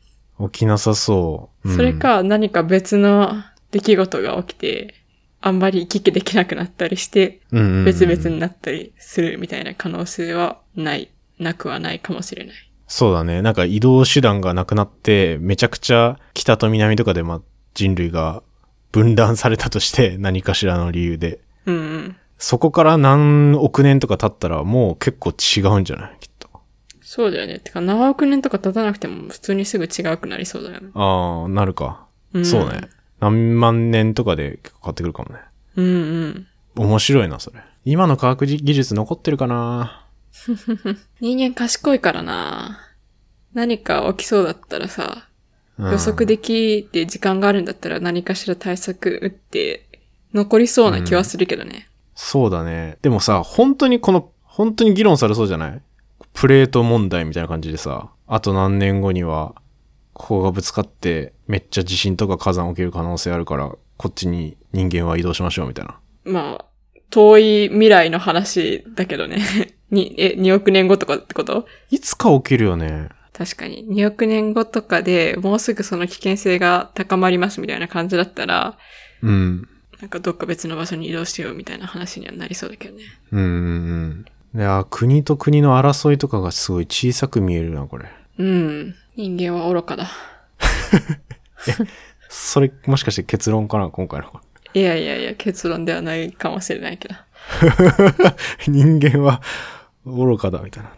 Speaker 2: 起きなさそう。うん
Speaker 1: それ。か、何か別の出来事が起きて、あんまり行き来できなくなったりして、
Speaker 2: うんうんうん
Speaker 1: 別々になったりするみたいな可能性はない、なくはないかもしれない。
Speaker 2: そうだね。なんか移動手段がなくなって、めちゃくちゃ北と南とかで、まあ、人類が分断されたとして、何かしらの理由で。
Speaker 1: うんうん。
Speaker 2: そこから何億年とか経ったら、もう結構違うんじゃないきっと。
Speaker 1: そうだよね。てか、何億年とか経たなくても、普通にすぐ違うくなりそうだよね。
Speaker 2: ああ、なるか。
Speaker 1: ん
Speaker 2: そうね。何万年とかで結構変わってくるかもね。
Speaker 1: うんうん。
Speaker 2: 面白いな、それ。今の科学技術残ってるかな
Speaker 1: 人間賢いからな何か起きそうだったらさ、
Speaker 2: うん
Speaker 1: 予測できて時間があるんだったら何かしら対策打って残りそうな気はするけどね。
Speaker 2: そうだね。でもさ、本当にこの、本当に議論されそうじゃないプレート問題みたいな感じでさ、あと何年後には、ここがぶつかって、めっちゃ地震とか火山起きる可能性あるから、こっちに人間は移動しましょうみたいな。
Speaker 1: まあ、遠い未来の話だけどね。 <laughs> に、え、2億年後とかってこと
Speaker 2: いつか起きるよね。
Speaker 1: 確かに。2億年後とかでもうすぐその危険性が高まりますみたいな感じだったら、
Speaker 2: うん。
Speaker 1: なんかどっか別の場所に移動しようみたいな話にはなりそうだけどね。
Speaker 2: うんうんうん。いやー、国と国の争いとかがすごい小さく見えるな、これ。
Speaker 1: うん。人間は愚かだ。
Speaker 2: それ、もしかして結論かな今回の。
Speaker 1: いやいやいや、結論ではないかもしれないけど。
Speaker 2: <laughs> 人間は愚かだみたいな。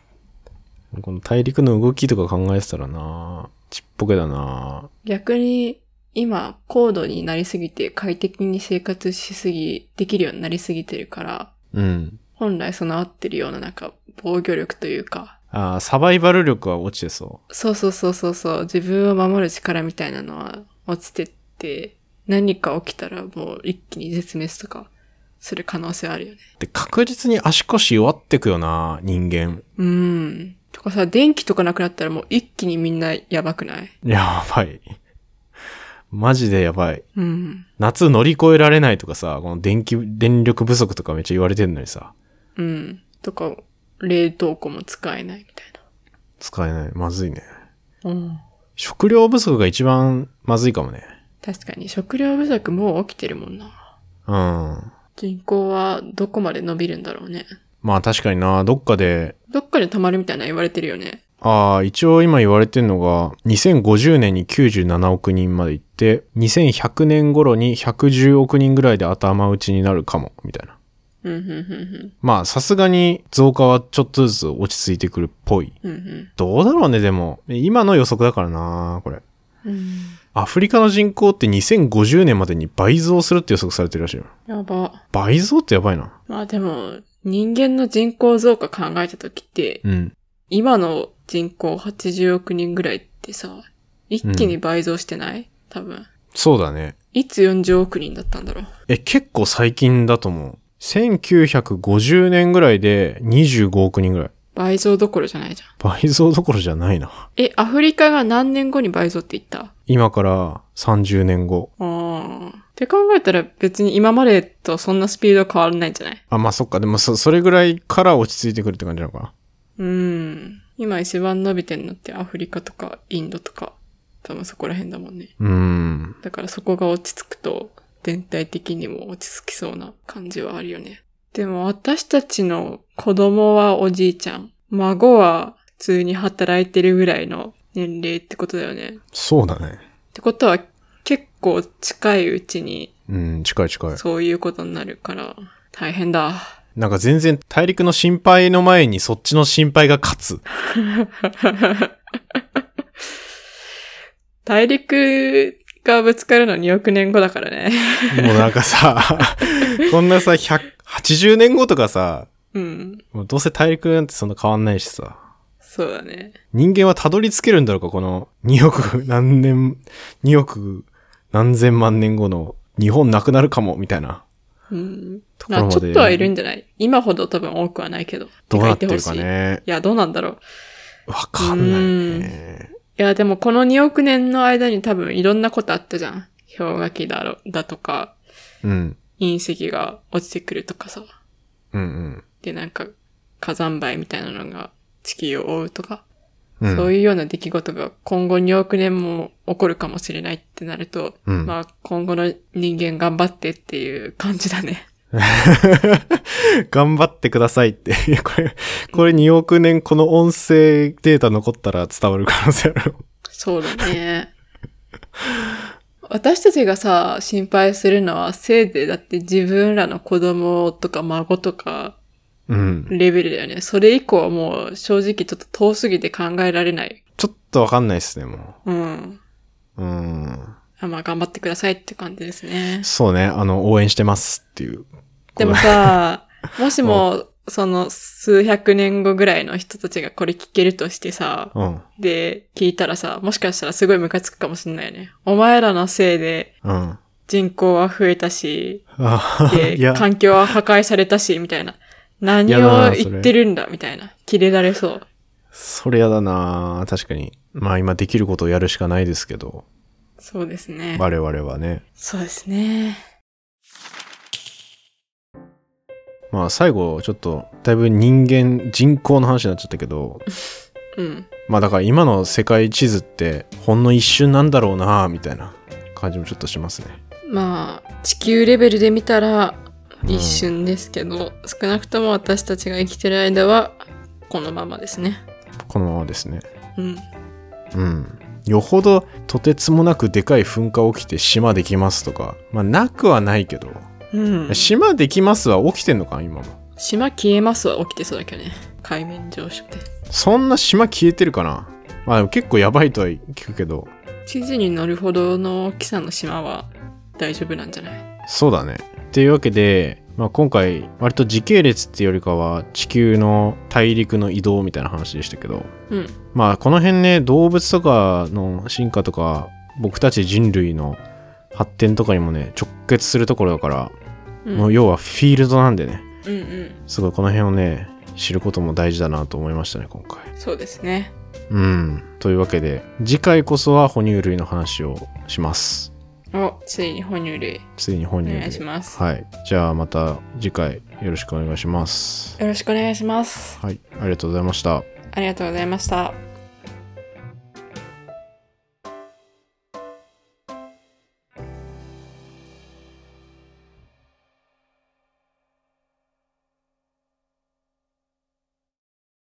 Speaker 2: この大陸の動きとか考えてたらなちっぽけだな
Speaker 1: 逆に今高度になりすぎて快適に生活しすぎ、できるようになりすぎてるから、
Speaker 2: うん。
Speaker 1: 本来備わってるようななんか防御力というか、
Speaker 2: あーサバイバル力は落ちてそ
Speaker 1: そうそうそうそうそう、自分を守る力みたいなのは落ちてって、何か起きたらもう一気に絶滅とかする可能性あるよね。
Speaker 2: う。で、確実に足腰弱ってくよな人間。
Speaker 1: うん。とかさ、電気とかなくなったらもう一気にみんなやばくない
Speaker 2: やばい。マジでやばい。
Speaker 1: うん。
Speaker 2: 夏乗り越えられないとかさ、この電気、電力不足とかめっちゃ言われてんのにさ、
Speaker 1: うん。とか、冷凍庫も使えないみたい
Speaker 2: 使えない。まずいね。
Speaker 1: な。うん。
Speaker 2: 食料不足が一番まずいかもね。
Speaker 1: 確かに食料不足もう起きてるもんな。
Speaker 2: うん。
Speaker 1: 人口はどこまで伸びるんだろうね。
Speaker 2: まあ確かになどっかで
Speaker 1: どっかで溜まるみたいな言われてるよね。
Speaker 2: ああ、一応今言われてるのが、2050年に97億人まで行って、2100年頃に110億人ぐらいで頭打ちになるかも、みたいな。
Speaker 1: うん、うん、う
Speaker 2: まあ、さすがに増加はちょっとずつ落ち着いてくるっぽい。
Speaker 1: ん、うん。うん、
Speaker 2: どうだろうね、でも。今の予測だからなこれ。
Speaker 1: うん。うん。
Speaker 2: アフリカの人口って2050年までに倍増するって予測されてるらしいよ。
Speaker 1: やば。
Speaker 2: 倍増ってやばいな。
Speaker 1: まあでも、人間の人口増加考えた時って、
Speaker 2: うん。
Speaker 1: 今の人口80億人ぐらいってさ、一気に倍増してない、多分。
Speaker 2: そうだね。
Speaker 1: いつ40億人だったんだろう。
Speaker 2: え、結構最近だと思う。1950年ぐらいで25億人ぐらい。
Speaker 1: 倍増どころじゃないじゃん。
Speaker 2: 倍増どころじゃないな。
Speaker 1: え、アフリカが何年後に倍増って言った
Speaker 2: 今から30年後。
Speaker 1: ああ。って考えたら別に今までとそんなスピードは変わらないんじゃない
Speaker 2: あ、まあそっか。でもそ、それぐらいから落ち着いてくるって感じなのかな。
Speaker 1: うん。今一番伸びてんのってアフリカとかインドとか、多分そこら辺だもんね。
Speaker 2: うん。
Speaker 1: だからそこが落ち着くと、全体的にも落ち着きそうな感じはあるよね。でも私たちの子供はおじいちゃん、孫は普通に働いてるぐらいの年齢ってことだよね。
Speaker 2: そうだね。
Speaker 1: ってことは結構近いうちに
Speaker 2: うん、近い近い。
Speaker 1: そういうことになるから大変だ。
Speaker 2: なんか全然大陸の心配の前にそっちの心配が勝つ。
Speaker 1: 大陸がぶつかるの2億年後だからね。 <laughs>
Speaker 2: もうなんかさ、こんなさ、100 80年後とかさ、
Speaker 1: うん。
Speaker 2: もうどうせ大陸なんてそんな変わんないしさ。
Speaker 1: そうだね。
Speaker 2: 人間はたどり着けるんだろうか、この2億何年、2億何千万年後の日本なくなるかも、みたいな
Speaker 1: うん。
Speaker 2: ところ
Speaker 1: まあ
Speaker 2: まで。
Speaker 1: ちょっとはいるんじゃない今ほど多分多くはないけど。
Speaker 2: どうなって
Speaker 1: 書い
Speaker 2: る
Speaker 1: ほ
Speaker 2: か
Speaker 1: しい
Speaker 2: ね。
Speaker 1: いや、どうなんだろう。
Speaker 2: わかんないね。
Speaker 1: いや、でもこの2億年の間に多分いろんなことあったじゃん。氷河期だろ、だとか、
Speaker 2: うん。
Speaker 1: 隕石が落ちてくるとかさ。
Speaker 2: うんうん。
Speaker 1: で、なんか、火山灰みたいなのが地球を覆うとか。
Speaker 2: うん、
Speaker 1: そういうような出来事が今後2億年も起こるかもしれないってなると、
Speaker 2: うん
Speaker 1: まあ今後の人間頑張ってっていう感じだ
Speaker 2: <laughs>
Speaker 1: ね。
Speaker 2: 頑張ってくださいって。 <laughs> いや、これ、これ2億年この音声データ残ったら伝わる可能性ある。
Speaker 1: そうだね。私たちがさ、心配するのはせいでだって自分らの子供とか孫とか
Speaker 2: うん。
Speaker 1: レベルだよね。それ以降はもう正直ちょっと遠すぎて考えられない。
Speaker 2: ちょっとわかんないですね、も
Speaker 1: うん。
Speaker 2: う。うん。
Speaker 1: あまあ頑張ってくださいって感じですね。
Speaker 2: そうね、あの、応援してますっていう。
Speaker 1: でもさ、もし
Speaker 2: <laughs>
Speaker 1: も、その数百年後ぐらいの人たちがこれ聞けるとしてさ、
Speaker 2: うん。
Speaker 1: で、聞いたらさ、もしかしたらすごいムカつくかもしんないよね。お前らのせいで
Speaker 2: うん。
Speaker 1: 人口は増えたし、
Speaker 2: あ <laughs>
Speaker 1: で
Speaker 2: いや、
Speaker 1: 環境は破壊されたし、みたいな。何
Speaker 2: やだ
Speaker 1: を
Speaker 2: なそれ
Speaker 1: 言ってるんだ、みたいな。キレられそう。
Speaker 2: それやだな確かに。まあ今できることをやるしかないですけど、
Speaker 1: そうですね。
Speaker 2: 我々はね。
Speaker 1: そうですね。
Speaker 2: まあ最後、ちょっと、だいぶ人間、人口の話になっちゃったけど、
Speaker 1: うん。
Speaker 2: まあだから今の世界地図ってほんの一瞬なんだろうなみたいな感じもちょっとしますね。
Speaker 1: まあ、地球レベルで見たら
Speaker 2: うん
Speaker 1: 一瞬ですけど、少なくとも私たちが生きてる間は、このままですね。
Speaker 2: このままですね。
Speaker 1: うん。
Speaker 2: うん。よほどとてつもなくでかい噴火起きて島できますとか、まあなくはないけど、
Speaker 1: うん。
Speaker 2: 島できますは起きてんのかな今も。
Speaker 1: 島消えますは起きてそうだけどね。海面上昇で。
Speaker 2: そんな島消えてるかなまあでも結構やばいとは聞くけど、
Speaker 1: 地図に乗るほどの大きさの島は大丈夫なんじゃない
Speaker 2: そうだね。っていうわけで、まあ、今回割と時系列っていうよりかは地球の大陸の移動みたいな話でしたけど、
Speaker 1: うん。
Speaker 2: まあこの辺ね動物とかの進化とか僕たち人類の発展とかにもね直結するところだから、
Speaker 1: うん、
Speaker 2: もう要はフィールドなんでね
Speaker 1: うんうん。
Speaker 2: すごいこの辺をね知ることも大事だなと思いましたね今回。
Speaker 1: そうですね。
Speaker 2: うんというわけで次回こそは哺乳類の話をします。
Speaker 1: お、ついに哺乳類。
Speaker 2: ついに哺
Speaker 1: お
Speaker 2: 乳類
Speaker 1: 願いします。
Speaker 2: はいじゃあまた次回よろしくお願いします。
Speaker 1: よろしくお願いします。
Speaker 2: はいありがとうございました。
Speaker 1: ありがとうございました。